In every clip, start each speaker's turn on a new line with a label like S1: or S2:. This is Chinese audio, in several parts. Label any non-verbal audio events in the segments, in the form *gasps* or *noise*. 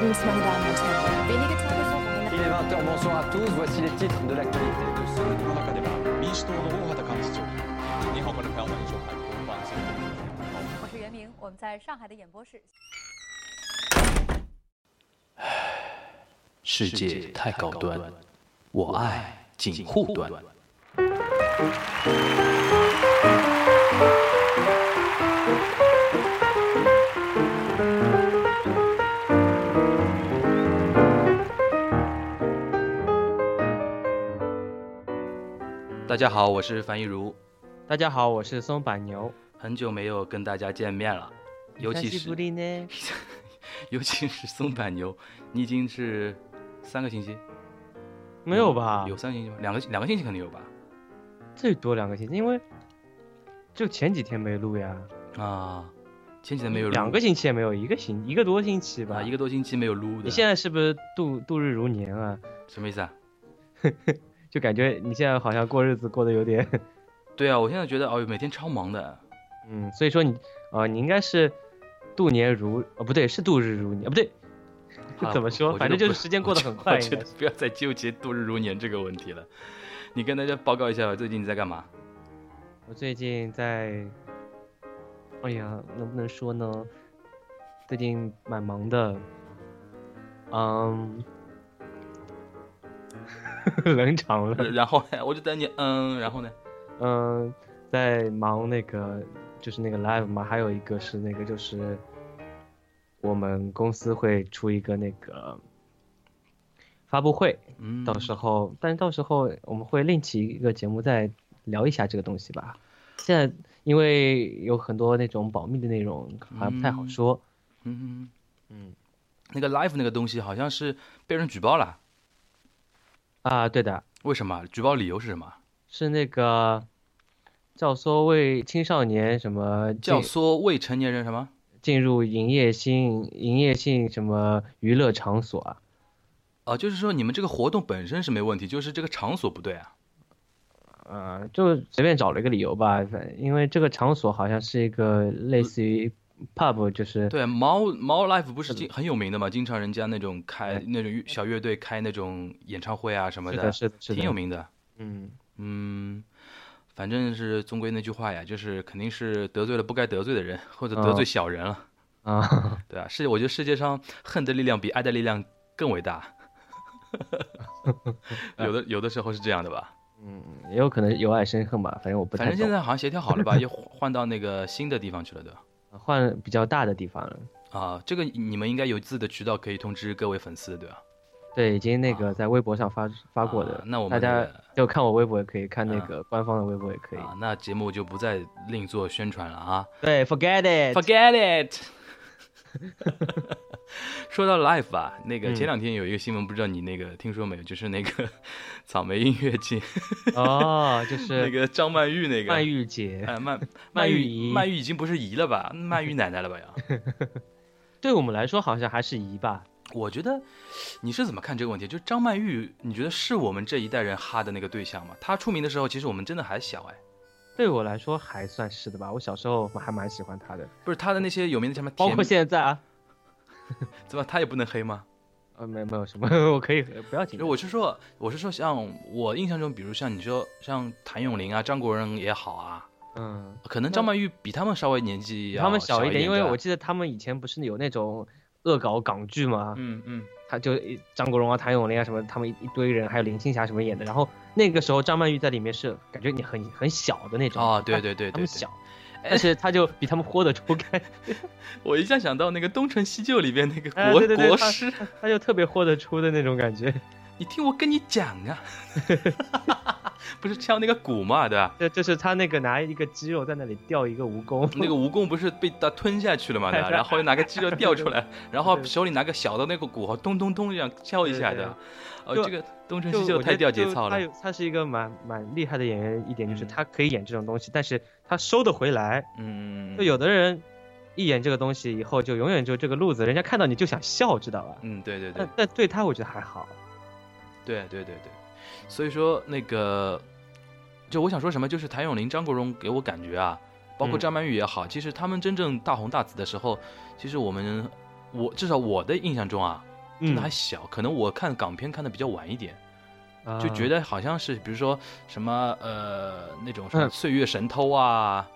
S1: Miss Marida Montel. Wenige Tage vor Weihnachten.
S2: Il est 20h, bonsoir à tous. Voici les titres de l'actualité de ce
S3: この中では民主党の大畑幹事長日本語の顔の印象を変える万歳
S4: 我是袁明，我们在上海的演播室。
S5: 世界太高端，我爱锦护端。大家好，我是樊一茹，
S6: 大家好，我是松板牛。
S5: 很久没有跟大家见面了，尤其
S6: 久しぶ
S5: 是
S6: り呢，
S5: *laughs* 尤其是松板牛，你已经是三个星期，
S6: 没有吧？
S5: 嗯有三个星期吗？两个两个星期肯定有吧？
S6: 最多两个星期，因为就前几天没录呀，
S5: 啊，前几天没有录
S6: 两个星期也没有，一个星一个多星期吧。
S5: 啊，一个多星期没有撸的。
S6: 你现在是不是度度日如年啊？
S5: 什么意思啊？
S6: 就感觉你现在好像过日子过得有点， *laughs*
S5: 对啊，我现在觉得哦，每天超忙的。
S6: 嗯，所以说你啊、你应该是度年如哦，不对，是度日如年，啊不对，
S5: 啊
S6: 怎么
S5: 我
S6: 说？
S5: 觉
S6: 反
S5: 得
S6: 正就是
S5: 不
S6: 时间过得很
S5: *laughs* 我
S6: 快。
S5: 觉
S6: 应
S5: 得
S6: 该是
S5: 不要再纠结度日如年这个问题了。你跟大家报告一下吧，最近你在
S6: *laughs*
S5: 干嘛？
S6: 我最近在，哎呀，能不能说呢？最近蛮忙的，嗯， *laughs* 冷场了，
S5: 然后呢，我就等你，嗯，然后呢？
S6: 嗯，在忙那个就是那个 live 嘛，还有一个是那个就是我们公司会出一个那个发布会，
S5: 嗯，
S6: 到时候，但是到时候我们会另起一个节目再聊一下这个东西吧。现在因为有很多那种保密的内容，还不太好说。
S5: 嗯，
S6: 嗯
S5: 那个 live 那个东西好像是被人举报了，
S6: 啊，对的，
S5: 为什么？举报理由是什么？
S6: 是那个教唆为青少年什么进
S5: 教唆未成年人什么？
S6: 进入营业性营业性什么娱乐场所啊？
S5: 啊，就是说你们这个活动本身是没问题，就是这个场所不对啊。
S6: 呃，就随便找了一个理由吧，反因为这个场所好像是一个类似于 pub，就是
S5: 对，毛毛 life 不是经很有名的嘛？经常人家那种开那种乐小乐队开那种演唱会啊什么
S6: 哎是的，是的，是的，
S5: 挺有名的。
S6: 嗯。
S5: 嗯，反正是终归那句话呀，就是肯定是得罪了不该得罪的人，或者得罪小人了，
S6: 哦啊，
S5: *laughs* 对啊，世我觉得世界上恨的力量比爱的力量更伟大。
S6: *laughs*
S5: 有的有的时候是这样的吧，
S6: 嗯也有可能由爱生恨吧，反正我不太
S5: 反
S6: 懂。
S5: 正现在好像协调好了吧，
S6: *laughs*
S5: 又换到那个新的地方去了，对吧？
S6: 换比较大的地方了。
S5: 啊，这个你们应该有自己的渠道可以通知各位粉丝，对吧？
S6: 对，已经那个在微博上发发过的
S5: 啊，那我
S6: 大
S5: 们
S6: 家
S5: 这个
S6: 就看我微博也可以，看那
S5: 啊
S6: 个官方的微博也可以。
S5: 啊，那节目就不再另做宣传了啊。
S6: 对，forget it，
S5: Forget it 。说到 live 啊，那个
S6: 嗯
S5: 前两天有一个新闻，不知道你那个听说没有？就是那个草莓音乐节，
S6: *laughs* 哦，就是
S5: 那个张曼玉那个
S6: 曼，玉姐，
S5: 哎
S6: *laughs*
S5: 曼
S6: 曼玉
S5: 玉
S6: 姨
S5: 曼玉已经不是姨了吧？曼玉奶奶了吧要？ *laughs*
S6: 对我们来说好像还是姨吧。
S5: 我觉得你是怎么看这个问题？就张曼玉，你觉得是我们这一代人哈的那个对象吗？她出名的时候，其实我们真的还小哎，
S6: 对我来说还算是的吧，我小时候还蛮喜欢她的，
S5: 不是她的那些有名的什么
S6: 包
S5: 甜
S6: 括，现在啊，
S5: 怎么她也不能黑吗？
S6: 呃，没没有什么， *laughs* 我可以不要紧的。
S5: 我是说，我是说，像我印象中，比如像你说，像谭咏麟啊、张国荣也好啊，
S6: 嗯，
S5: 可能张曼玉比他们稍微年纪要
S6: 他们
S5: 小
S6: 小一点，因为
S5: 对吧啊
S6: 我记得他们以前不是有那种恶搞港剧吗？
S5: 嗯嗯，
S6: 他就一张国荣啊、谭咏麟啊什么，他们一一堆人，还有林青霞什么演的。然后那个时候张曼玉在里面是感觉你很很小的那种
S5: 哦，对对对
S6: *laughs* 他
S5: 对
S6: 们
S5: 对，
S6: 小，但是他就比他们豁得出开，
S5: 我一下想到那个《东成西就》里边那个
S6: 哎
S5: 国
S6: 对对对
S5: 国
S6: 他
S5: 师，
S6: 他就特别豁得出的那种感觉。 *laughs*
S5: 你听我跟你讲啊，不是敲那个鼓嘛，对吧？
S6: 这就是他那个拿一个肌肉在那里吊一个蜈蚣，
S5: 那个蜈蚣不是被他吞下去了嘛，对
S6: *laughs*
S5: 吧？然后又拿个肌肉掉出来，然后手里拿个小的那个鼓，咚咚咚这样敲一下，
S6: 对对
S5: 对吧？哦，
S6: 就
S5: 这个《东成
S6: 就
S5: 西就
S6: 我》觉
S5: 太
S6: 得
S5: 掉节
S6: 就
S5: 操了
S6: 他。有他是一个蛮蛮厉害的演员，一点就是
S5: 嗯
S6: 他可以演这种东西，但是他收得回来。
S5: 嗯，嗯嗯嗯
S6: 就有的人一演这个东西以后，就永远就这个路子，人家看到你就想笑，知道吧？
S5: 嗯，对对对
S6: 但，但对他我觉得还好。
S5: 对对对对，所以说那个，就我想说什么，就是谭咏麟、张国荣给我感觉啊，包括
S6: 嗯
S5: 张曼玉也好，其实他们真正大红大紫的时候，其实我们我至少我的印象中啊，真
S6: 嗯
S5: 的还小，可能我看港片看的比较晚一点，就觉
S6: 得
S5: 得好像是比如说什么呃那种什么
S6: 嗯
S5: 《岁月神偷》啊，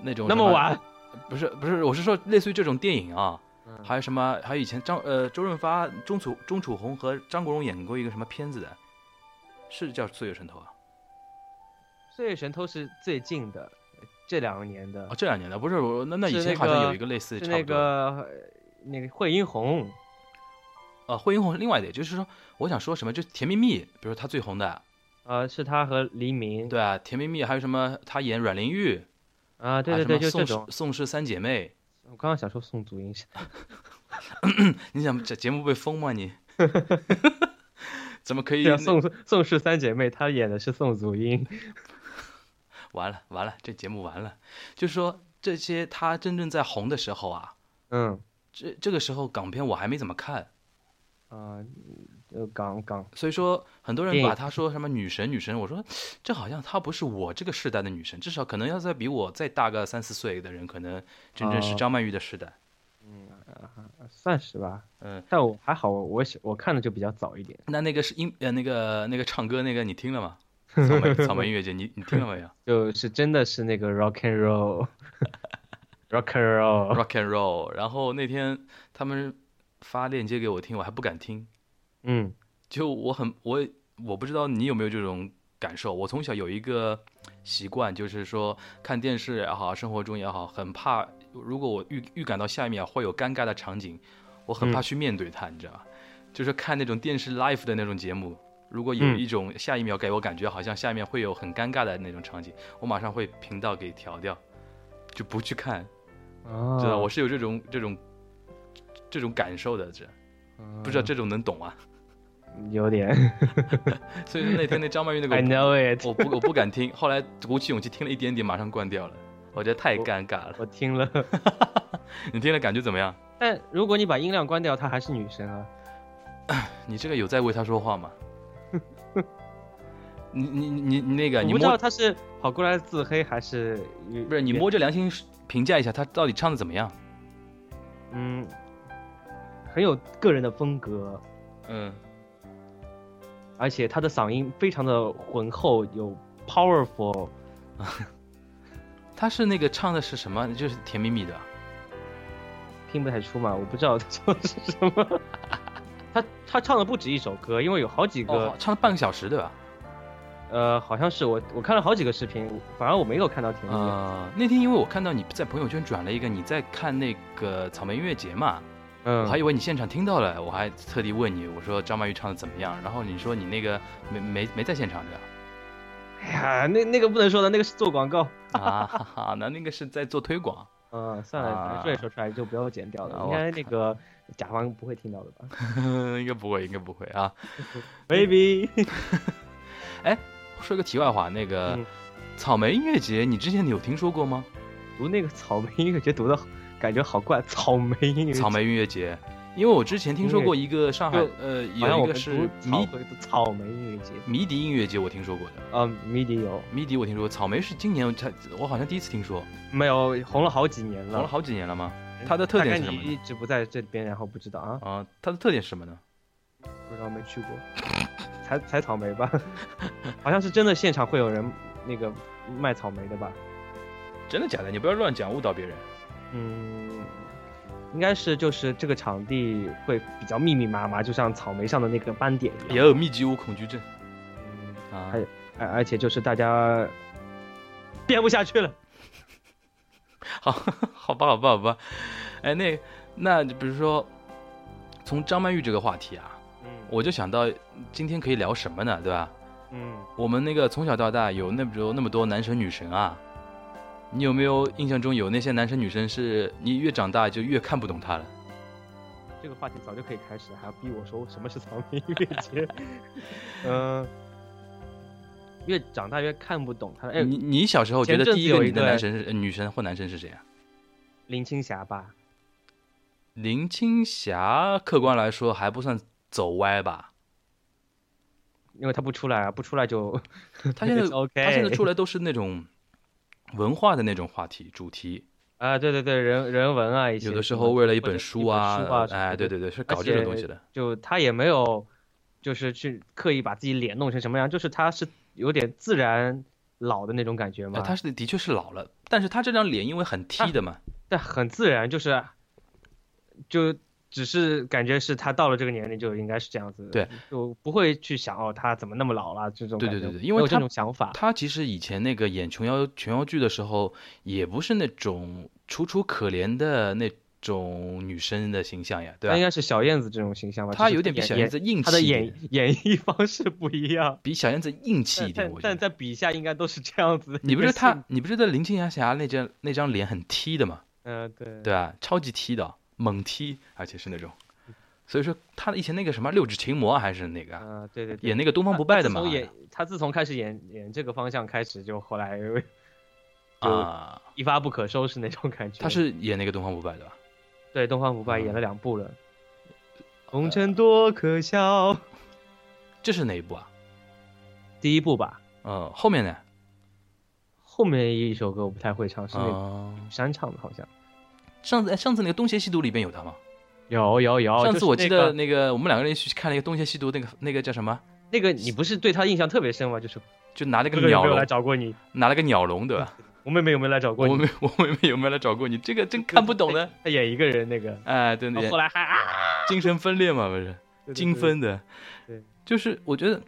S5: 那种
S6: 那
S5: 什
S6: 么晚，
S5: 不是不是，我是说类似于这种电影啊，
S6: 嗯
S5: 还有什么？还有以前张呃周润发、钟楚钟楚红和张国荣演过一个什么片子的，是叫《岁月神偷》啊？
S6: 《岁月神偷》是最近的这两年的
S5: 哦，，这两年的不是我那那以
S6: 是
S5: 前
S6: 那
S5: 好像有
S6: 个
S5: 一个类似
S6: 是
S5: 差
S6: 那
S5: 不多的。
S6: 个呃那个惠英红，
S5: 呃，惠英红是另外的，就是说我想说什么，就是《甜蜜蜜》，比如说她最红的，
S6: 呃，是他和黎明，
S5: 对啊，《甜蜜蜜》还有什么她演阮玲玉，
S6: 啊，对
S5: 还
S6: 对
S5: 有
S6: 对，
S5: 什
S6: 就
S5: 么
S6: 这
S5: 宋氏
S6: 种。
S5: 宋氏三姐妹，
S6: 我刚刚想说宋祖英是，
S5: 你想这节目被封吗
S6: *laughs*
S5: 你？怎么可以
S6: 对啊，
S5: 那
S6: *laughs* 宋宋氏三姐妹，她演的是宋祖英。
S5: 完了完了，这节目完了。就是说这些他真正在红的时候啊，
S6: 嗯，
S5: 这这个时候港片我还没怎么看，
S6: 啊，呃，港港
S5: 所以说很多人
S6: 电影
S5: 把他说什么女神女神，我说这好像她不是我这个时代的女神，至少可能要再比我再大个三四岁的人，可能真正是
S6: 哦
S5: 张曼玉的时代。
S6: 算是吧，
S5: 嗯，
S6: 但我还好，我我喜我看的就比较早一点，
S5: 那那个是音呃那个那个唱歌那个你听了吗？草莓草莓音乐节，你你听了没有
S6: 就是真的是那个 rock and *laughs*
S5: *laughs*
S6: roll，rock and roll，
S5: ？Rock and roll。然后那天他们发链接给我听，我还不敢听。
S6: 嗯
S5: 就我很我我不知道你有没有这种感受，我从小有一个习惯，就是说看电视也好，生活中也好，很怕如果我预预感到下一秒会有尴尬的场景，我很
S6: 嗯
S5: 怕去面对它，你知道吧？就是看那种电视 live 的那种节目，如果有
S6: 嗯
S5: 一种下一秒给我感觉好像下面会有很尴尬的那种场景，我马上会频道给调掉，就不去看，
S6: 啊，
S5: 知道？我是有这种这种这种感受的，这不知道这种能懂啊？
S6: 嗯有点
S5: *laughs* 所以说那天那张曼玉那个
S6: ，I
S5: 我不
S6: know it，
S5: 我不我不敢听，后来鼓起勇气听了一点点，马上关掉了，我觉得太尴尬了。
S6: 我听了， *laughs*
S5: 你听了感觉怎么样？
S6: 但如果你把音量关掉，她还是女生啊，
S5: 你这个有在为他说话吗？ *laughs* 你你你你那个，
S6: 我
S5: 你
S6: 不知道
S5: 摸
S6: 她是跑过来自黑还是
S5: 不是你摸着良心评价一下他到底唱的怎么样？
S6: 嗯，很有个人的风格，
S5: 嗯，
S6: 而且她的嗓音非常的浑厚，有 powerful，
S5: 他是那个唱的是什么？就是甜蜜蜜的吧，
S6: 听不太出嘛，我不知道她唱的是什么。 *laughs* 她她唱的不止一首歌，因为有好几个、
S5: 哦，唱了半个小时对吧？
S6: 呃，好像是我我看了好几个视频，反正我没有看到甜蜜。
S5: 呃，那天因为我看到你在朋友圈转了一个你在看那个草莓音乐节嘛，
S6: 嗯，
S5: 我还以为你现场听到了，我还特地问你，我说张曼玉唱的怎么样？然后你说你那个没没没在现场
S6: *laughs*
S5: 对吧？
S6: 哎呀，那那个不能说的，那个是做广告。
S5: 啊，哈哈，那那个是在做推
S6: *laughs*
S5: 广。
S6: 嗯，算了，反正说也说出来就不要剪掉了，
S5: 啊
S6: 应
S5: 我
S6: 该那个甲方不会听到的
S5: *laughs*
S6: 吧
S5: 应该不会，应该不会啊。
S6: 嗯
S5: 哎
S6: ？Baby，
S5: 说一个题外话，那个、
S6: 嗯
S5: 草莓音乐节，你之前有听说过吗？
S6: *laughs* 读那个草莓音乐节读的感觉好怪，草莓音乐节，
S5: 草莓音乐节，因为我之前听说过一个上海
S6: 就，
S5: 呃，
S6: 好像
S5: 有
S6: 我
S5: 一
S6: 们
S5: 个是
S6: 读草
S5: 迷
S6: 莓读草莓音乐节
S5: 迷笛音乐节，我听说过的。
S6: 啊，迷笛有
S5: 迷笛我听说过，草莓是今年才，我好像第一次听说，
S6: 没有红了好几年
S5: 红了
S6: 了？
S5: 好几年了吗？它的特点是
S6: 嗯大概
S5: 什么呢
S6: 你一直不在这边，然后不知道啊，
S5: 啊、它的特点是什么呢？
S6: 不知道没去过，采采草莓吧， *laughs* 好像是真的现场会有人那个卖草莓的吧？
S5: 真的假的？你不要乱讲，误导别人。
S6: 嗯，应该是就是这个场地会比较密密麻麻，就像草莓上的那个斑点一
S5: 也
S6: 样。
S5: 有密集恐恐惧症
S6: 嗯，
S5: 啊
S6: 还。有而而且就是大家 *laughs* 编不下去了。
S5: 好，好吧，好吧，好吧。哎，那那比如说，从张曼玉这个话题啊，
S6: 嗯
S5: 我就想到今天可以聊什么呢，对吧？
S6: 嗯，
S5: 我们那个从小到大有那有那么多男神女神啊，你有没有印象中有那些男神女神是你越长大就越看不懂他了？
S6: 这个话题早就可以开始了，还要逼我说什么是草
S5: *laughs*
S6: 莓音乐节？嗯、越长大越看不懂他。哎，
S5: 你你小时候觉
S6: 前
S5: 得
S6: 阵
S5: 第一
S6: 子
S5: 个
S6: 有
S5: 你
S6: 一
S5: 的
S6: 个
S5: 男神是、呃女神或男神是谁啊？
S6: 林青霞吧？
S5: 林青霞，客观来说还不算走歪吧，
S6: 因为她不出来啊，不出来
S5: *laughs*
S6: 就
S5: 她现在
S6: *laughs* OK。
S5: 她现在出来都是那种文化的那种话题主题，
S6: 啊，对对对，人人文啊，一些
S5: 有的时
S6: 什
S5: 候
S6: 么
S5: 为了一
S6: 或者
S5: 本
S6: 一
S5: 书
S6: 本书啊
S5: 啊，
S6: 什么
S5: 哎，对
S6: 的
S5: 对对，是
S6: 而
S5: 搞这种东
S6: 且
S5: 西的。
S6: 就他也没有，就是去刻意把自己脸弄成什么样，就是他是有点自然老的那种感觉嘛，
S5: 哎他是的确是老了，但是他这张脸因为很 T 的嘛，
S6: 但很自然，就是就只是感觉是他到了这个年龄就应该是这样子，
S5: 对，
S6: 就不会去想哦他怎么那么老了这种
S5: 对
S6: 感
S5: 对
S6: 觉
S5: 对对因为
S6: 没有这
S5: 他
S6: 种想法，
S5: 他其实以前那个演琼瑶琼瑶剧的时候，也不是那种楚楚可怜的那种女生的形象呀，对
S6: 他应
S5: 吧？
S6: 该是小燕子这种形象吧，
S5: 他
S6: 只是
S5: 有点比
S6: 演
S5: 小
S6: 演
S5: 燕子硬
S6: 他的
S5: 气一
S6: 演
S5: 点，
S6: 演绎方式不一样，
S5: 比小燕子硬 *laughs* 气
S6: 但
S5: 一点，
S6: 但
S5: 我觉
S6: 但
S5: 得。
S6: 在笔下应该都是这样子的一个性格。
S5: 你不是他，你不是的林青霞侠那张那张脸很 T 的嘛，
S6: 嗯，对
S5: 对吧？超级 T 的，猛 T，而且是那种，所以说他以前那个什么六指琴魔还是哪个啊
S6: 嗯，对对对，
S5: 演那个东方
S6: 他
S5: 不
S6: 他
S5: 败的
S6: 自
S5: 嘛
S6: 从演他自从开始演演这个方向开始，就后来 *laughs* 就
S5: 啊，
S6: 一发不可收拾那种感觉。
S5: 他是演那个东方不败的吧？
S6: 对《东方不败》演了两部了，《红
S5: 呃
S6: 尘多可笑》
S5: 这是哪一部啊？
S6: 第一部吧，
S5: 呃，后面呢？
S6: 后面一首歌我不太会唱，是那个
S5: 啊，
S6: 山唱的，好像
S5: 上次哎上次那个《东邪西毒》里边有他吗？
S6: 有有有。
S5: 上
S6: 哦就
S5: 次
S6: 是
S5: 我记
S6: 那
S5: 得
S6: 个
S5: 那个我们两个人一起去看了一个《东邪西毒》，那个那个叫什么？
S6: 那个你不是对他印象特别深吗？就是
S5: 就拿了
S6: 哥
S5: 个
S6: 哥有
S5: 鸟
S6: 没有
S5: 笼
S6: 来，找过你？
S5: 拿了个鸟笼，对吧？
S6: 我妹妹有没有来找过
S5: 我
S6: 你？
S5: 们我们有没有来找过你？这个真看不懂
S6: *laughs*
S5: 的。
S6: 他演一个人那个，
S5: 哎，对
S6: 然后
S5: 对
S6: 后，来还啊，
S5: 精神分裂嘛，不是
S6: 对对
S5: 嗯精
S6: 对
S5: 分的。
S6: 对，
S5: 就是我觉得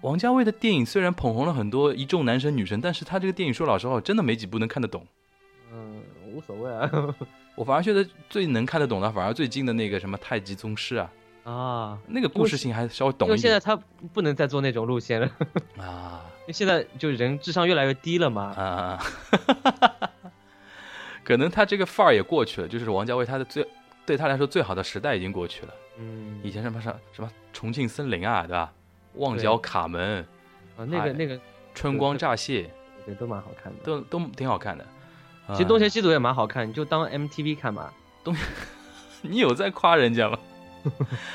S5: 王家卫的电影虽然捧红了很多一众男神女神，但是他这个电影说老实话，真的没几部能看得懂。
S6: 嗯，无所谓啊 *laughs*
S5: 我反而觉得最能看得懂的，反而最近的那个什么太极宗师啊，
S6: 啊。
S5: 那个故事性还稍微
S6: 因
S5: 懂
S6: 为
S5: 一
S6: 现在
S5: 点
S6: 他不能再做那种路线了，
S5: 啊
S6: 因为现在就人智商越来越低了嘛。
S5: 啊， *laughs* 可能他这个范儿也过去了，就是王家卫他的最对他来说最好的时代已经过去了。
S6: 嗯，
S5: 以前什么什么什么重庆森林啊，对吧？旺角卡门、
S6: 啊，那
S5: 哎
S6: 个那个，
S5: 春光乍泄
S6: 对，都蛮好看的。
S5: 都都挺好看的。
S6: 其实《东邪
S5: 啊
S6: 西毒》也蛮好看，你就当 MTV 看嘛。
S5: *laughs* 你有在夸人
S6: *laughs*
S5: 家吗？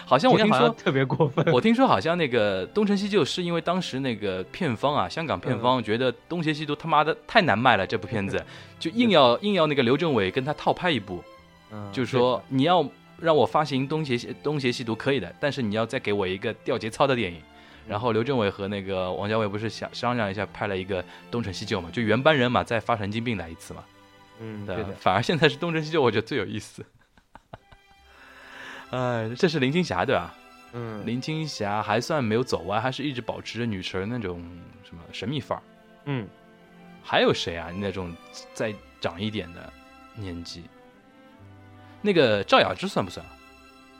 S5: 好像我
S6: 今
S5: 听
S6: 天好像
S5: 说，
S6: 特别过分。
S5: *laughs* 我听说好像那个《东成西就》是因为当时那个片方啊，香港片
S6: 嗯
S5: 方觉得《东邪西毒》他妈的太难卖了，这部片
S6: *laughs*
S5: 子就硬要硬要那个刘镇伟跟他套拍一部，
S6: 嗯
S5: 就是说你要让我发行《东邪西东邪西毒》可以的，但是你要再给我一个掉节操的电影。
S6: 嗯
S5: 然后刘镇伟和那个王家卫不是想商量一下拍了一个《东成西就》嘛，就原班人马再发神经病来一次嘛。
S6: 嗯，
S5: 对
S6: 对
S5: 啊
S6: 的，
S5: *laughs* 反而现在是《东成西就》，我觉得最有意思。 *laughs* 哎，这是林青霞对吧、
S6: 嗯，
S5: 林青霞还算没有走歪，还是一直保持着女神那种什么神秘范儿。
S6: 嗯，
S5: 还有谁啊？那种再长一点的年纪，那个赵雅芝算不算啊？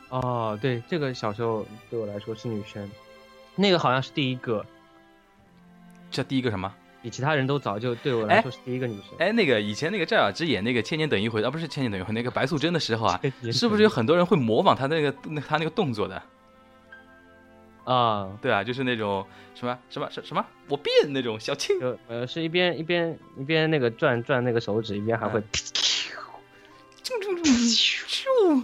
S6: 哦，对，这个小时候对我来说是女生，那个好像是第一个，
S5: 这第一个什么？
S6: 比其他人都早，就对我
S5: 哎
S6: 来说是第一个女生。，
S5: 哎，那个以前那个赵雅芝演那个《千年等一回》啊，不是《千年等一回》，那个白素贞的时候啊
S6: *laughs* 千年
S5: 是不是有很多人会模仿她那个那她那个动作的？
S6: 啊？
S5: 对啊，就是那种什么什么什什么我变那种小青，
S6: 就呃是一边一边一边那个转转那个手指，一边还会
S5: 嗯咻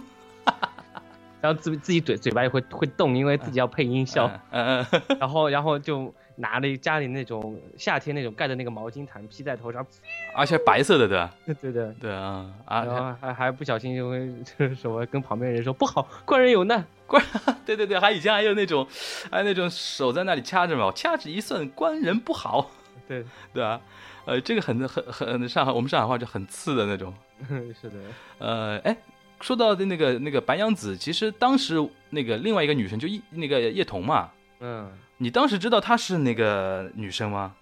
S6: 然后自自己嘴嘴巴也会会动，因为自己要配音效，
S5: 嗯嗯嗯
S6: 然后然后就拿了家里那种夏天那种盖的那个毛巾毯披在头上，
S5: *laughs*
S6: *laughs*
S5: 而且白色的对吧？
S6: 对的，
S5: 对啊
S6: 然
S5: 啊，
S6: 后还还不小心就会 *laughs* 就是什么跟旁边人说不好，官人有难，
S5: 对对对，还以前还有那种，还有那种手在那里掐着嘛，掐指一算，官人不好，
S6: 对， *laughs*
S5: 对吧、呃，这个很很很上海，我们上海话就很刺的那种。
S6: 是的，
S5: 呃，哎， *laughs* 说到的那个那个白娘子，其实当时那个另外一个女生就叶那个叶童嘛，
S6: 嗯，
S5: 你当时知道她是那个女生吗？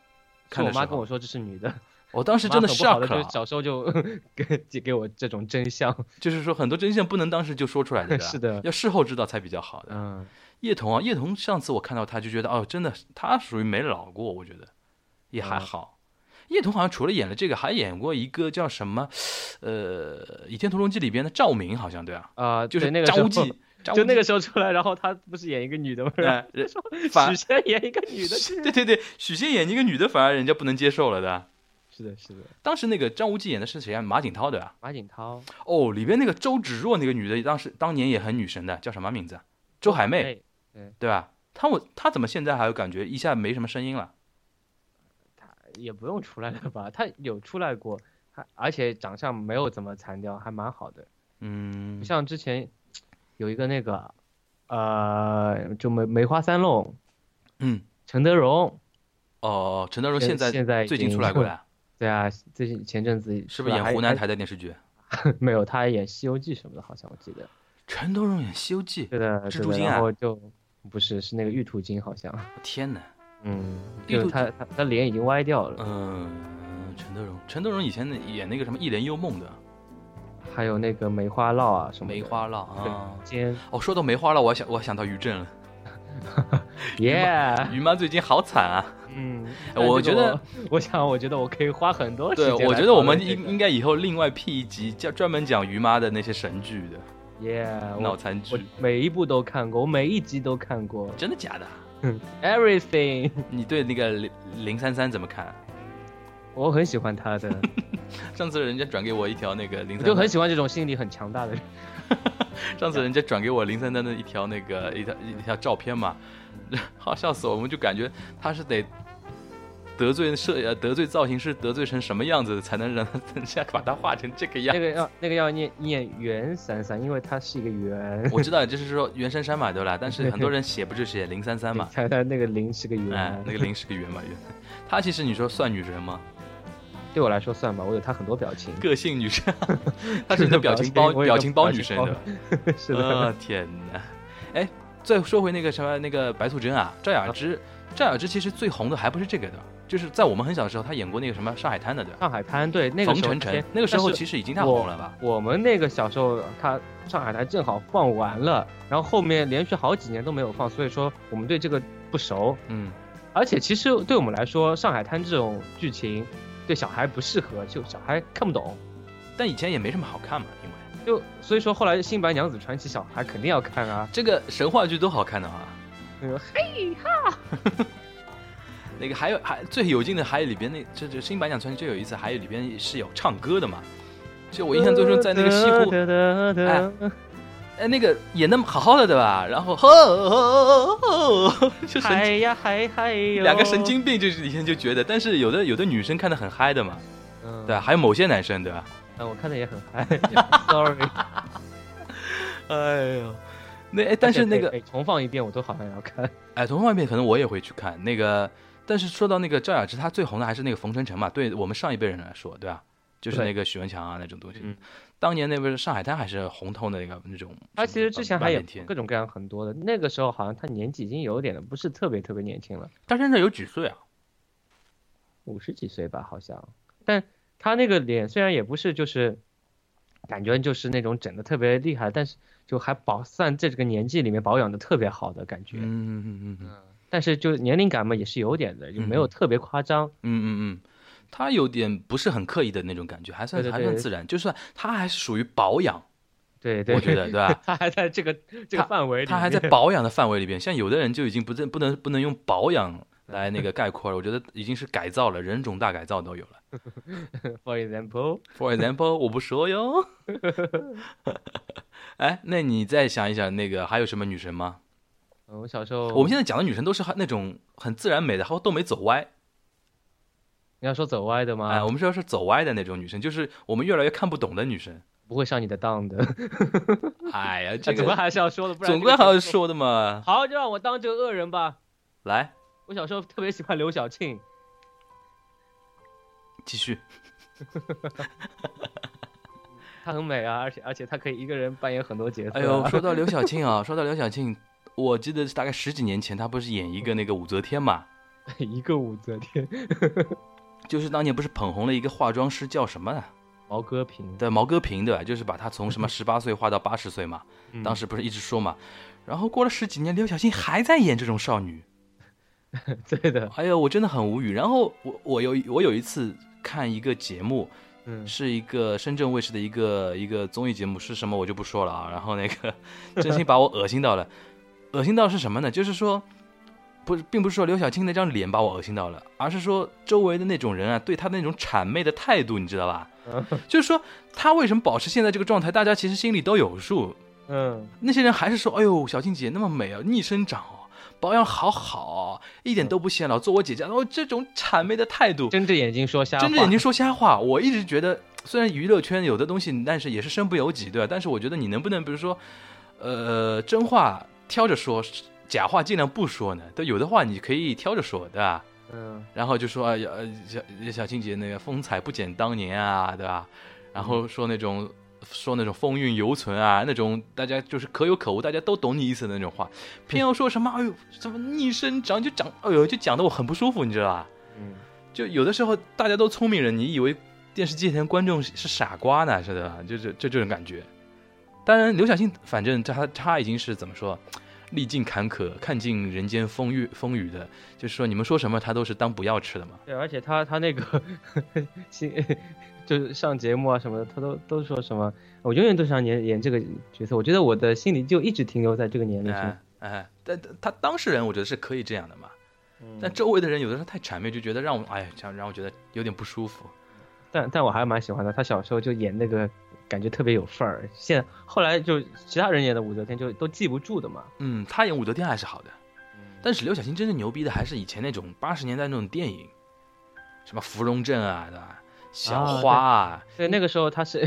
S6: 是
S5: 看
S6: 我
S5: 的时候
S6: 妈跟我说这是女
S5: *laughs*
S6: 的，
S5: 我当时真
S6: 的
S5: 的
S6: 很不好
S5: shock 啊
S6: 的就
S5: 了
S6: 是，小时候就 *laughs* 给给我这种真
S5: *laughs*
S6: 相，
S5: 就是说很多真相不能当时就说出来
S6: *laughs*
S5: 的，对吧
S6: 是的
S5: 要事后知道才比较好的。
S6: 嗯，
S5: 叶童啊，叶童上次我看到他就觉得，哦，真的，他属于没老过，我觉得也
S6: 嗯
S5: 还好。叶童好像除了演了这个，还演过一个叫什么，呃，《倚天屠龙记》里边的赵敏，好像对啊，
S6: 啊，
S5: 就是
S6: 对那个
S5: 张
S6: 时
S5: 无
S6: 候
S5: 忌，张无
S6: *laughs* 就那
S5: 忌
S6: 个时候出来，然后她不是演一个女的吗？ *laughs* 然后
S5: 哎人反
S6: 许仙演一个女的，
S5: 对对对，许仙演一个女的，反而人家不能接受了的。
S6: 是的，是的，
S5: 当时那个张无忌演的是谁啊？马景涛对吧？
S6: 马景涛，
S5: 哦，里边那个周芷若那个女的，当时当年也很女神的，叫什么名字啊？周海媚，
S6: 哎，
S5: 对吧？她我她怎么现在还有感觉一下没什么声音了？
S6: 也不用出来了吧？她有出来过，还而且长相没有怎么残掉，还蛮好的。
S5: 嗯
S6: 不，像之前有一个那个，呃，就梅梅花三弄，
S5: 嗯，
S6: 陈德容，
S5: 哦，陈德容
S6: 现
S5: 现在
S6: 现在已
S5: 最近
S6: *laughs*
S5: 出来
S6: 经
S5: 过呀，
S6: 对啊，最近前阵子
S5: 是
S6: 出
S5: 不是
S6: 来
S5: 演
S6: 还
S5: 湖南？台的电视剧？
S6: 还 *laughs* 没有，他还演《西游记》什么的，好像我记得。
S5: 陈德容演《西游记》，
S6: 对的，
S5: 蜘
S6: 对
S5: 蛛
S6: 的
S5: 精啊
S6: 然后就不是是那个玉兔精，好像，
S5: 天哪！
S6: 嗯，
S5: 玉
S6: 就是
S5: 兔
S6: 他他他脸已经歪掉了。
S5: 嗯，陈德容，陈德容以前演那个什么《一帘幽梦》的
S6: 还有那个梅花烙啊什么的。
S5: 梅花烙
S6: 对
S5: 啊。
S6: 尖
S5: 哦，说到梅花烙，我想我想到于震了。
S6: 耶，
S5: 于妈最近好惨
S6: *laughs*
S5: 啊！
S6: 嗯，
S5: 哎我
S6: 但这
S5: 觉
S6: 个
S5: 得，
S6: 我想，我觉得我可以花很多时
S5: 对
S6: 间来讨论这个。
S5: 我觉得我们应应该以后另外辟一集，叫专门讲于妈的那些神剧的
S6: 耶，啊我
S5: 脑残
S6: 我
S5: 剧。
S6: 每一部都看过，我每一集都看过
S5: 真的假的？啊
S6: ，everything， *laughs*
S5: 你对那个零零三三怎么看？啊
S6: 我很喜欢他
S5: *laughs*
S6: 的，
S5: 上次人家转给我一条那个零
S6: 我
S5: 三，
S6: 就很喜欢这种心理很强大的人。
S5: 上次人家转给我林三丹的一条那个一条一条照片嘛， *laughs* 好笑死我！我们就感觉他是得得罪设呃得罪造型师得罪成什么样子，才能让他人家把他画成这
S6: *laughs*
S5: 个样
S6: 那？个要那个要念念袁闪闪，因为他是一个圆，？
S5: 我知道，就是说袁姗姗嘛，对吧？但是很多人写不就写零三三嘛
S6: 他他那个零是个
S5: 哎
S6: 圆，，
S5: 那个零是个圆嘛，圆。她其实你说算女神吗？
S6: 对我来说算吧，我有他很多表情，
S5: 个性女 *laughs* 神，她是你的表
S6: *laughs*
S5: 情包
S6: 我有个
S5: 表情包
S6: 表
S5: 女神
S6: 情
S5: 的。
S6: 包， *laughs* 是
S5: 啊
S6: 的，
S5: 天哪！哎，再说回那个什么那个白素贞啊，赵雅芝，赵雅芝其实最红的还不是这个的，就是在我们很小的时候，她演过那个什么《上海滩》的，对吧？
S6: 上海滩对那个
S5: 冯
S6: 时候
S5: 程
S6: 他
S5: 程
S6: 先，
S5: 那个时候
S6: 但是
S5: 其实已经太红了吧？
S6: 我们那个小时候，他上海台正好放完了，然后后面连续好几年都没有放，所以说我们对这个不熟。
S5: 嗯，
S6: 而且其实对我们来说，《上海滩》这种剧情对小孩不适合，就小孩看不懂。
S5: 但以前也没什么好看嘛，因为
S6: 就所以
S5: 哎
S6: 说，后来《新白娘子传奇》小孩肯定要看啊。
S5: 这个神话剧都好看的啊。
S6: 那个
S5: *laughs* 那个还有还最有劲的还有里边那这这《新白娘子传奇》最有意思，还有里边是有唱歌的嘛。就我印象最深，在那个西
S6: 呃
S5: 湖，
S6: 湖，
S5: 哎，那个演的好好的对吧？然后呵呵呵呵， *laughs* 就神
S6: 嗨哎呀嗨嗨哟，
S5: 两个神，经病，就是以前就觉得，但是有的有的女生看的很嗨的嘛，
S6: 嗯
S5: 对吧？还有某些男生，对吧？
S6: 嗯，我看的也很嗨 *laughs* ，sorry。
S5: 哎呦，那哎，但是那个
S6: 哎重放一遍，我都好像要看。
S5: 哎，从外面可能我也会去看那个，但是说到那个赵雅芝，她最红的还是那个冯程程嘛，对我们上一辈人来说，对吧？就是
S6: 对
S5: 那个许文强啊那种东西
S6: 嗯，
S5: 当年那不是上海滩还是红透的那个那种。
S6: 他其实之前还
S5: 有
S6: 有各种各样很多的，那个时候好像他年纪已经有点了，不是特别特别年轻了，
S5: 她现在有几岁啊？
S6: 五十几岁吧，好像。但他那个脸虽然也不是就是，感觉就是那种整的特别厉害，但是就还保算这个年纪里面保养的特别好的感觉。
S5: 嗯嗯嗯嗯
S6: 但是就年龄感嘛，也是有点的，就没有
S5: 嗯
S6: 特别夸张。
S5: 嗯嗯嗯，她有点不是很刻意的那种感觉，还算
S6: 对对
S5: 还
S6: 对
S5: 算自然，就算她还是属于保养，
S6: 对对， *laughs*
S5: 我觉得对吧？
S6: 他还在这个这个范围里面，
S5: 他还在保养的范围里边，像有的人就已经不能不能不能用保养来那个概括了，我觉得已经是改造了，人种大改造都有了。
S6: For example，
S5: For example，我不说哟。 *laughs* 哎，那你再想一想，那个还有什么女神吗？
S6: 嗯我小时候，
S5: 我们现在讲的女神都是很那种很自然美的，然后都没走歪。
S6: 你要说走歪的吗？
S5: 哎，我们说是走歪的那种女神，就是我们越来越看不懂的女神。
S6: 不会上你的当的，
S5: 哎呀，这
S6: *laughs* 总归
S5: 个
S6: 还是要说的，不然
S5: 总
S6: 这
S5: 归
S6: 个
S5: 还
S6: 节
S5: 要
S6: 目
S5: 说的嘛。
S6: 好，就让我当这个恶人吧。
S5: 来，
S6: 我小时候特别喜欢刘晓庆，
S5: 继续。
S6: 她很美啊，而且而且她可以一个人扮演很多角色、啊
S5: 哎呦，，说到刘晓庆 *laughs* 啊，说到刘晓庆，我记得是大概十几年前，她不是演一个那个武则天嘛，
S6: *laughs* 一个武则天，
S5: 就是当年不是捧红了一个化妆师叫什么的
S6: 毛戈平，
S5: 对毛戈平对吧？就是把她从什么十八岁化到八十岁嘛，当时不是一直说嘛，然后过了十几年，刘晓庆还在演这种少女，
S6: *laughs* 对的，
S5: 哎呦，我真的很无语。然后我我有我有一次看一个节目，
S6: 嗯，
S5: 是一个深圳卫视的一个一个综艺节目，是什么我就不说了啊。然后那个真心把我恶心到了，恶心到是什么呢？就是说，不是，并不是说刘晓庆那张脸把我恶心到了，而是说周围的那种人啊，对她的那种谄媚的态度，你知道吧？就是说，她为什么保持现在这个状态，大家其实心里都有数。
S6: 嗯，
S5: 那些人还是说，哎呦，小庆姐那么美啊，逆生长哦。保养好好，一点都不显老。做我姐姐，然后这种谄媚的态度，
S6: 睁着眼睛说瞎话，
S5: 睁着眼睛说瞎话。我一直觉得，虽然娱乐圈有的东西，但是也是身不由己，对吧？但是我觉得你能不能，比如说，呃，真话挑着说，假话尽量不说呢？对，有的话你可以挑着说，对吧？
S6: 嗯，
S5: 然后就说啊，呃小小青姐那个风采不减当年啊，对吧？
S6: 嗯
S5: 然后说那种说那种风韵犹存啊，那种大家就是可有可无，大家都懂你意思的那种话，
S6: 嗯
S5: 偏要说什么哎呦什么逆生长就长，哎呦就讲的我很不舒服，你知道吧？
S6: 嗯，
S5: 就有的时候大家都聪明人，你以为电视机前观众是傻瓜呢，是的，就是就这种感觉。当然，刘晓庆反正他他已经是怎么说，历尽坎坷，看尽人间风雨风雨的，就是说你们说什么他都是当补药吃的嘛。
S6: 对，而且他他那个 *laughs* 新 *laughs* 就是上节目啊什么的，他都都说什么，我永远都想演演这个角色。我觉得我的心里就一直停留在这个年龄上
S5: 哎。哎，但但他当事人我觉得是可以这样的嘛，
S6: 嗯
S5: 但周围的人有的时候太谄媚，就觉得让我哎呀，这样让我觉得有点不舒服。
S6: 但但我还蛮喜欢的，他小时候就演那个感觉特别有范儿。现在后来就其他人演的武则天就都记不住的嘛。
S5: 嗯，他演武则天还是好的，但是刘晓庆真正牛逼的还是以前那种八十年代那种电影，什么《芙蓉镇》啊，对吧？小花啊，
S6: 对，那个时候她是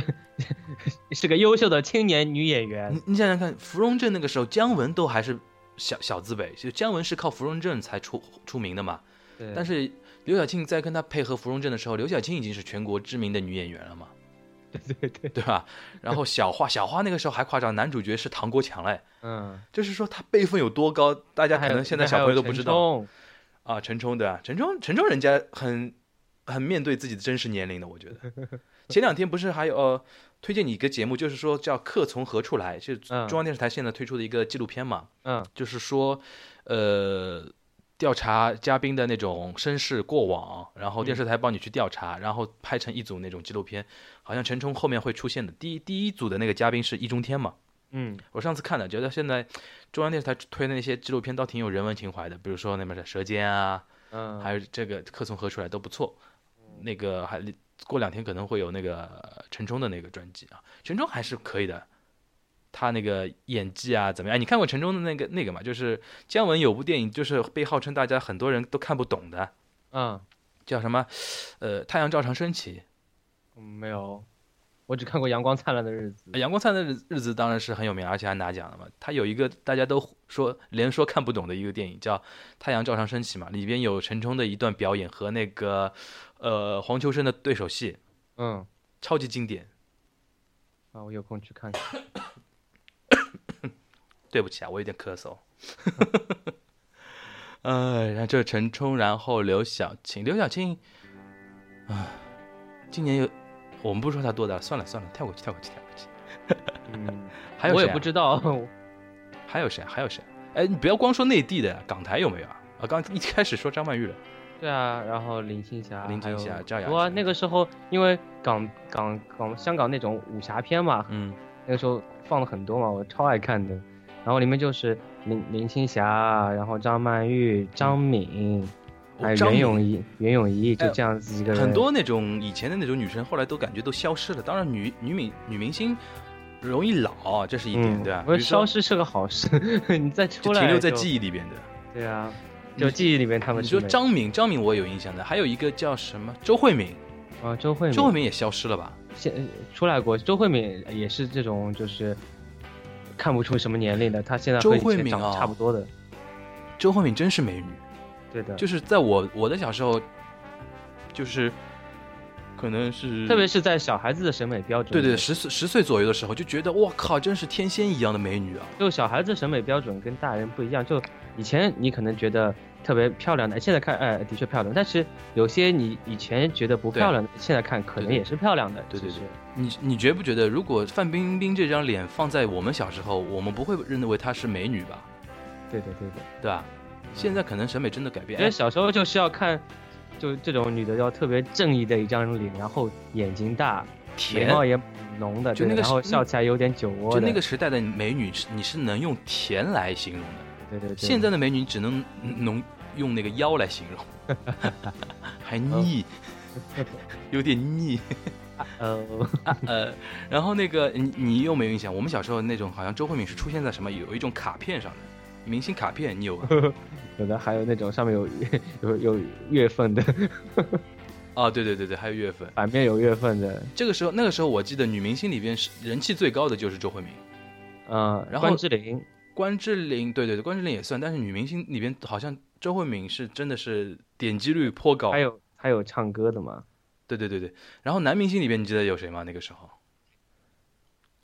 S6: *laughs* 是个优秀的青年女演员
S5: 你。你想想看，《芙蓉镇》那个时候姜文都还是小小资辈，就姜文是靠《芙蓉镇》才出出名的嘛。
S6: 对，
S5: 但是刘晓庆在跟他配合《芙蓉镇》的时候，刘晓庆已经是全国知名的女演员了嘛。
S6: 对对，
S5: *laughs* 对吧？然后小花，小花那个时候还夸张，男主角是唐国强嘞，
S6: 嗯，
S5: 就是说他辈分有多高，大家可能现在小朋友都不知
S6: 还
S5: 道
S6: 有陈冲。
S5: 啊。陈冲对吧？陈冲，陈冲人家很很面对自己的真实年龄的，我觉得。前两天不是还有呃，推荐你一个节目，就是说叫《客从何处来》，是
S6: 嗯
S5: 中央电视台现在推出的一个纪录片嘛，
S6: 嗯
S5: 就是说，呃。调查嘉宾的那种身世过往，然后电视台帮你去调查，然后拍成一组那种纪录片，好像陈冲后面会出现的。第一第一组的那个嘉宾是易中天嘛，
S6: 嗯，
S5: 我上次看了，觉得现在中央电视台推的那些纪录片倒挺有人文情怀的，比如说那边的《舌尖》啊，
S6: 嗯，
S5: 还有这个《客从何处来》都不错。那个还过两天可能会有那个呃陈冲的那个专辑啊，陈冲还是可以的，他那个演技啊怎么样？哎，你看过陈冲的那个那个嘛？就是姜文有部电影，就是被号称大家很多人都看不懂的，
S6: 嗯
S5: 叫什么？呃，《太阳照常升起》。
S6: 嗯，没有，我只看过《阳光灿烂的日子》。
S5: 呃阳光灿烂的日日子当然是很有名，而且还拿奖了嘛。他有一个大家都说连说看不懂的一个电影，叫《太阳照常升起》嘛，里边有陈冲的一段表演和那个呃黄秋生的对手戏，
S6: 嗯，
S5: 超级经典。
S6: 啊，我有空去看看。
S5: 对不起啊，我有点咳
S6: *laughs*
S5: 嗽。呃，然后这是陈冲，然后刘晓庆，刘晓庆，啊，今年有我们不说他多大了，算了算了，跳过去，跳过去，跳过去。
S6: 嗯，
S5: *laughs* 还有
S6: 我
S5: 谁、啊？
S6: 也不知道， *laughs*
S5: 还有谁？还有谁？哎，你不要光说内地的，港台有没有啊？啊，刚一开始说张曼玉了，
S6: 对啊，然后林青霞，
S5: 林青霞
S6: 还有
S5: 赵雅
S6: 对啊，
S5: 芝
S6: 那个时候因为港港港香港那种武侠片嘛，
S5: 嗯，
S6: 那个时候放了很多嘛，我超爱看的。然后里面就是林林青霞，啊然后张曼玉、张敏，
S5: 哦
S6: 还有
S5: 张
S6: 袁
S5: 敏
S6: 咏仪，袁咏仪
S5: 哎
S6: 就这样子几个人，
S5: 很多那种以前的那种女生，后来都感觉都消失了。当然女，女明女明星容易老，这是一点，
S6: 嗯，
S5: 对吧？啊
S6: 我觉得
S5: 比如说
S6: 消失是个好事， *laughs* 你再出
S5: 就
S6: 来
S5: 停留在
S6: 就
S5: 记忆里边的。
S6: 对啊，
S5: 你
S6: 就记忆里面他们
S5: 你
S6: 是
S5: 说
S6: 没
S5: 张敏，张敏我有印象的，还有一个叫什么周慧敏，
S6: 啊周慧敏，
S5: 周慧敏也消失了吧？
S6: 现出来过，周慧敏也是这种就是看不出什么年龄的，她现在和以
S5: 周慧
S6: 前
S5: 敏
S6: 长得
S5: 啊
S6: 差不多的，
S5: 周慧敏真是美女，
S6: 对的，
S5: 就是在我我的小时候，就是可能是
S6: 特别是在小孩子的审美标准，
S5: 对对，十岁十岁左右的时候就觉得我靠，真是天仙一样的美女啊！
S6: 就小孩子审美标准跟大人不一样。就以前你可能觉得特别漂亮的，现在看，哎，的确漂亮。但是有些你以前觉得不漂亮的，现在看可能也是漂亮的。
S5: 对对对
S6: 其实
S5: 你你觉不觉得，如果范冰冰这张脸放在我们小时候，我们不会认为她是美女吧？
S6: 对的对的。
S5: 对吧？现在可能审美真的改
S6: 我
S5: 变。
S6: 觉得
S5: 哎
S6: 小时候就是要看，就这种女的要特别正义的一张脸，然后眼睛大，眉
S5: 甜，
S6: 毛也浓的，
S5: 哎就
S6: 对
S5: 那个
S6: 然后
S5: 是
S6: 笑起来有点酒窝
S5: 就
S6: 的，
S5: 那个时代的美女，是你是能用甜来形容的。
S6: 对对对。
S5: 现在的美女只能能用那个妖来形容，还腻，有点腻。
S6: 呃，
S5: 呃，然后那个你你有没有印象？我们小时候那种好像周慧敏是出现在什么有一种卡片上的，明星卡片你有吗？
S6: 有的还有那种上面有有有月份的， *laughs*
S5: 啊，对对对对，还有月份。
S6: 版面有月份的，
S5: 这个时候，那个时候我记得女明星里边是人气最高的就是周慧敏，
S6: 嗯，
S5: 然后
S6: 关之琳，
S5: 关之琳，对对对，关之琳也算，但是女明星里边好像周慧敏是真的是点击率颇高
S6: 还。有还有唱歌的嘛，
S5: 对对对对，然后男明星里边你记得有谁吗？那个时候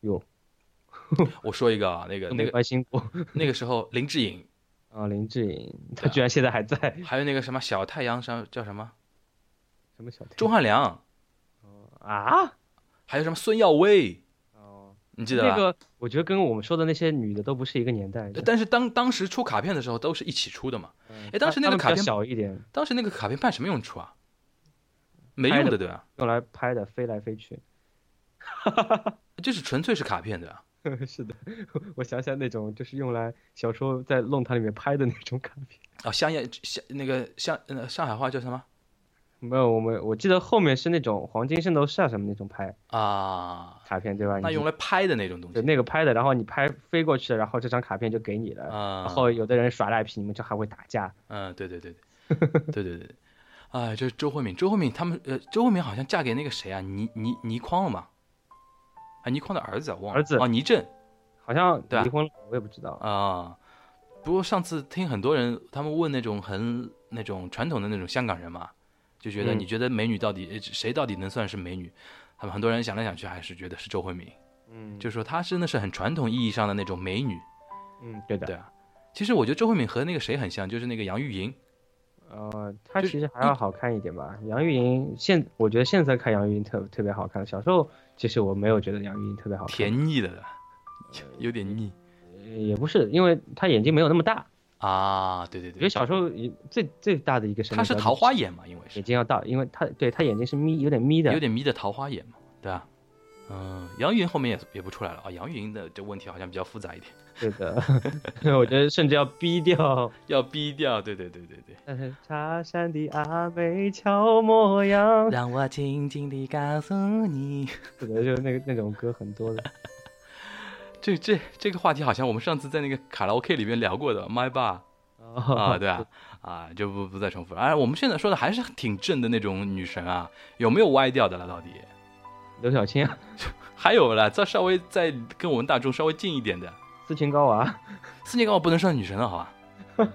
S6: 有
S5: 我说一个啊，那个
S6: 都
S5: 那
S6: 没
S5: 个
S6: 关心
S5: *laughs*
S6: 过
S5: 那个时候林志颖，
S6: 啊，林志颖，他居然现在还在，
S5: 还有那个什么小太阳什么叫什么
S6: 什么小天
S5: 钟汉良，
S6: 啊？
S5: 还有什么孙耀威，
S6: 哦，
S5: 你记得吧？啊呃
S6: 那个我觉得跟我们说的那些女的都不是一个年代的，
S5: 但是当当时出卡片的时候都是一起出的嘛，
S6: 嗯
S5: 哎当时那
S6: 她她们
S5: 个
S6: 比
S5: 卡
S6: 较
S5: 片
S6: 小一点，
S5: 当时那个卡片办什么用处啊？没用
S6: 拍
S5: 的
S6: 的
S5: 对吧？
S6: 用来拍的飞来飞去。 *laughs*
S5: 就是纯粹是卡片对吧？
S6: 是的， *laughs* 我想起来那种就是用来小时候在弄堂里面拍的那种卡片。
S5: 啊，香艳香那个香呃上海话叫什么
S6: 没有，我们我记得后面是那种黄金圣斗士啊什么那种拍
S5: 啊？
S6: 卡片对吧？
S5: 那
S6: 你
S5: 用来拍的那种东
S6: 对
S5: 西
S6: 那个拍的，然后你拍飞过去，然后这张卡片就给你了。
S5: 啊
S6: 然，后有的人耍赖皮，你们就还会打架。
S5: 嗯，对对对对对对对，哎，这是周慧敏，周慧敏他们呃，周慧敏好像嫁给那个谁啊，倪倪倪匡了嘛？啊，倪匡的儿子啊，忘了
S6: 儿子
S5: 啊，倪震
S6: 好像
S5: 对啊
S6: 离婚了，我也不知道。
S5: 啊。不过上次听很多人他们问那种很那种传统的那种香港人嘛，就觉得
S6: 嗯
S5: 你觉得美女到底呃谁到底能算是美女？他们很多人想来想去还是觉得是周慧敏，
S6: 嗯，
S5: 就说她真的是很传统意义上的那种美女。
S6: 嗯，对的。
S5: 对啊，其实我觉得周慧敏和那个谁很像，就是那个杨钰莹。
S6: 呃，她
S5: 就
S6: 其实还要好看一点吧。杨钰莹现，我觉得现在看杨钰莹特特别好看。小时候其实我没有觉得杨钰莹特别好看，
S5: 甜腻的， *laughs* 有点腻
S6: 呃也不是，因为她眼睛没有那么
S5: 嗯
S6: 大。
S5: 啊！对对
S6: 我觉得
S5: 对，
S6: 小时候一最最大的一个审美
S5: 他是
S6: 标志
S5: 桃花眼嘛，因为是
S6: 眼睛要大，因为她对她眼睛是眯，有点眯的
S5: 有。点眯的桃花眼嘛，对吧、嗯，杨钰莹后面也也不出来了啊。杨钰莹的这问题好像比较复杂一点，
S6: 对的， *laughs* 我觉得甚至要逼掉。
S5: 要逼掉。对对对对对。
S6: 但是茶山的阿妹瞧模
S5: *laughs*
S6: 样，
S5: 让我轻轻地告诉你，
S6: 是的，就是那个那种歌很多的。
S5: *laughs* 这这这个话题好像我们上次在那个卡拉 OK 里面聊过的，My *laughs* Bar 啊，
S6: 啊
S5: 对啊，啊就不不再重复了。哎，我们现在说的还是挺正的那种女神啊，有没有歪掉的了？到底？
S6: 刘晓庆、啊、
S5: 还有啦，再稍微再跟我们大众稍微近一点的，
S6: 斯琴高娃，
S5: 斯琴高娃不能算女神了，好吧？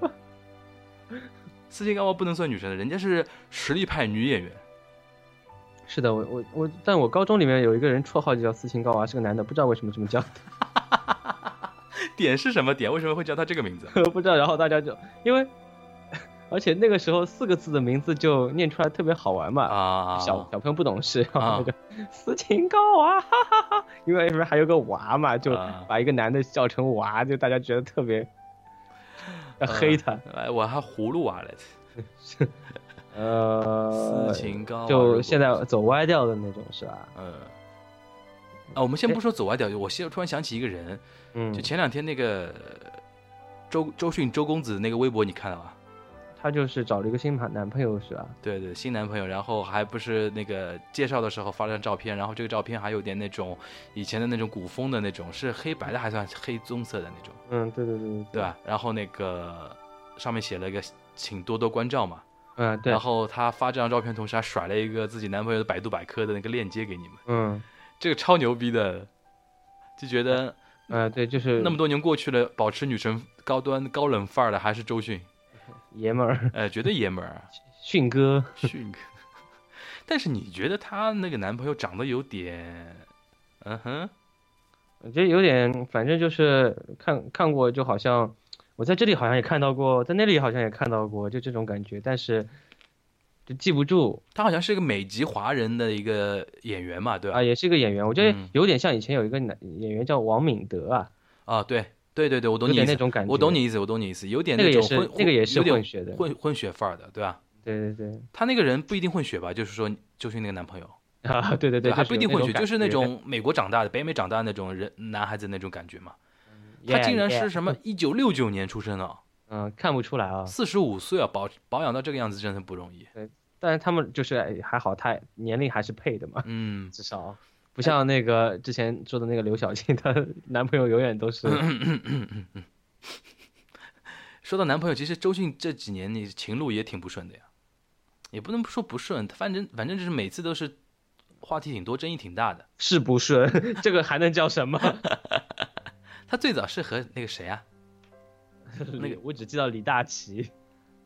S5: *laughs* 斯琴高娃不能算女神的，人家是实力派女演员 *laughs*
S6: 是的，我我我，但我高中里面有一个人绰号就叫斯琴高娃，是个男的，不知道为什么这么叫，
S5: 点是什么点？为什么会叫她这个名字？ *laughs*
S6: 不知道。然后大家就因为， *laughs* 而且那个时候四个字的名字就念出来特别好玩嘛。
S5: 啊，
S6: 小小朋友不懂事，然
S5: 啊
S6: 后那个斯琴高娃，哈哈哈哈，因为里面还有个娃嘛，就
S5: 啊
S6: 把一个男的叫成娃，就大家觉得特别要黑他。
S5: 哎，我还葫芦娃嘞，
S6: 呃
S5: 呃斯，琴高娃啊
S6: 就现，在
S5: 如果
S6: 走歪掉的那种是吧？
S5: 呃，啊，我们先不说走歪掉，我现在突然想起一个人，
S6: 哎嗯
S5: 就，前两天那个周周迅周公子那个微博你看了吧？
S6: 她就是找了一个新男男朋友是吧？
S5: 对对，新男朋友，然后还不是那个介绍的时候发了张照片，然后这个照片还有点那种以前的那种古风的那种，是黑白的还算黑棕色的那种，
S6: 嗯，对对对对
S5: 对吧？然后那个上面写了一个请多多关照嘛，
S6: 嗯，对
S5: 然，后她发这张照片同时还甩了一个自己男朋友的百度百科的那个链接给你们，
S6: 嗯，
S5: 这个超牛逼的，就觉得
S6: 呃，对，就是
S5: 那么多年过去了，保持女神高端高冷范儿的还是周迅，
S6: 爷们儿
S5: 呃，绝对爷们儿啊。
S6: 迅哥，
S5: 迅哥。 *laughs* 但是你觉得她那个男朋友长得有点，嗯哼，
S6: 我觉得有点，反正就是看看过，就好像我在这里好像也看到过，在那里好像也看到过，就这种感觉，但是就记不住
S5: 她好像是一个美籍华人的一个演员嘛，对吧
S6: 啊，？也是一个演员，我觉得
S5: 嗯
S6: 有点像以前有一个男演员叫王敏德啊，
S5: 啊，对，对对对，我懂
S6: 有
S5: 你意
S6: 点那
S5: 思，
S6: 种感觉，
S5: 我懂，你意思，我懂你意思，有点
S6: 那个也
S5: 种
S6: 是
S5: 混，
S6: 那个也是
S5: 有点
S6: 混血的，
S5: 混混血范儿的，对吧？
S6: 对对对， *laughs*
S5: 她那个人不一定混血吧，就是说周迅那个男朋友，
S6: 啊，对对对，
S5: 还
S6: 就
S5: 不一定混血，就是那
S6: 有感觉，
S5: 种美国长大的、北美长大的那种人男孩子那种感觉嘛。他
S6: Yeah，
S5: 竟然是
S6: yeah
S5: 什么一九六九年出生的，啊
S6: 嗯，看不出来啊，
S5: 四十五岁啊，保保养到这个样子真的不容易。
S6: 但是他们就是哎还好，他年龄还是配的嘛，
S5: 嗯，
S6: 至少不像那个之 *laughs*
S5: 嗯
S6: 前说的那个刘晓庆，她男朋友永远都是
S5: 说到男朋友，其实周迅这几年你情路也挺不顺的呀，也不能说不顺，反正反正就是每次都是话题挺多，争议挺大的。
S6: 是不顺，这个还能叫什么？
S5: 他最早是和那个谁啊， *laughs* 那个
S6: 我只记得李大齐，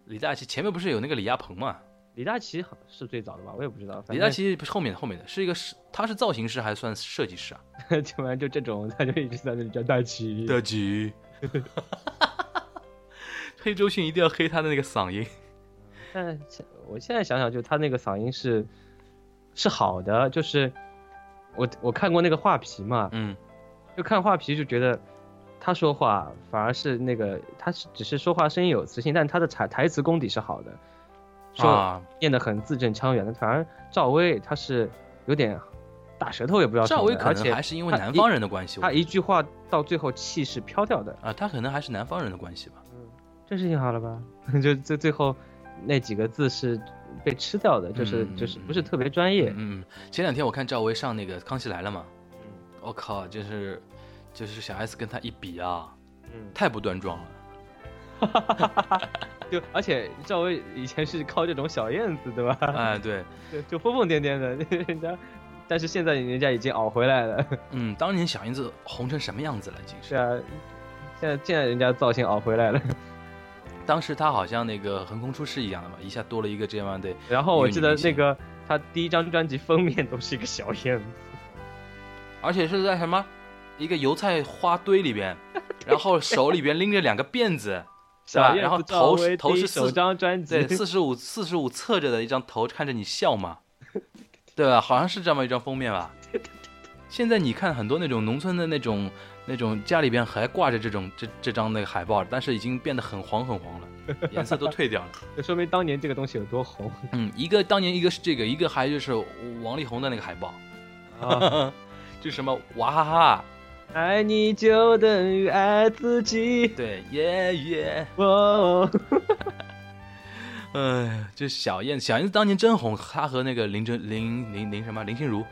S5: 李大齐，前面不是有那个李亚鹏嘛？
S6: 李大齐好是最早的吧？我也不知道。
S5: 李大齐不是后面的后面的，是一个是他是造型师还是算设计师啊？
S6: 反正，反正 *laughs* 就这种，他就一直在那里叫大齐。
S5: 大齐， *laughs* 黑周迅一定要黑他的那个嗓音。
S6: 但现我现在想想，就他那个嗓音是是好的，就是我我看过那个画皮嘛，
S5: 嗯，
S6: 就看画皮就觉得他说话反而是那个他是只是说话声音有磁性，但他的台台词功底是好的，说
S5: 啊，
S6: 念得很字正腔圆的。反而赵薇她是有点大舌头，也不知道什
S5: 赵
S6: 么
S5: 薇
S6: 的，
S5: 可
S6: 而
S5: 能还
S6: 且
S5: 是因为
S6: 他
S5: 南
S6: 一
S5: 方人的关系，我
S6: 她一句话到最后气势飘掉的，
S5: 啊，他可能还是南方人的关系吧。
S6: 这事情好了吧？ *laughs* 就最最后那几个字是被吃掉的，就是、
S5: 嗯
S6: 就是不是特别专业。
S5: 嗯，嗯前两天我看赵薇上那个《康熙来了》嘛，我、靠，就是就是小 S 跟她一比啊，
S6: 嗯
S5: 太不
S6: *laughs*
S5: 端庄了。嗯
S6: 就而且赵薇以前是靠这种小燕子，对吧？
S5: 哎，对，
S6: 就就疯疯癫癫的， *laughs* 人家，但是现在人家已经熬回来了， *laughs*
S5: 嗯，当年小燕子红成什么样子了，已经
S6: 是
S5: 是。
S6: 啊，现在现在人家造型熬回来了。 *laughs*
S5: 当时她好像那个横空出世一样的嘛，一下多了一个这样的，
S6: 然后我记得
S5: 一
S6: 那
S5: 个女明星
S6: 个她第一张专辑封面都是一个小燕子，
S5: 而且是在什么一个油菜花堆里边，然后手里边拎着两个辫子，是
S6: 小
S5: 吧？然
S6: 燕
S5: 后
S6: 子赵
S5: 头
S6: 薇
S5: 是头
S6: 第
S5: 是
S6: 首
S5: 四
S6: 张专辑
S5: 对，四十五四十五侧着的一张头看着你笑嘛，对吧？好像是这么一张封面吧。现在你看很多那种农村的那种那种家里边还挂着这种这这张那个海报，但是已经变得很黄很黄了，颜色都褪掉了。
S6: 就说明当年这个东西有多红
S5: 嗯，一个当年一个是这个，一个还就是王力宏的那个海报， *laughs*
S6: 啊！
S5: 就什么娃哈哈，
S6: *laughs* 爱你就等于爱自己，
S5: 对耶耶，
S6: 哦，
S5: 哎，就小燕小燕子当年真红，她和那个林真林林林什么林心如，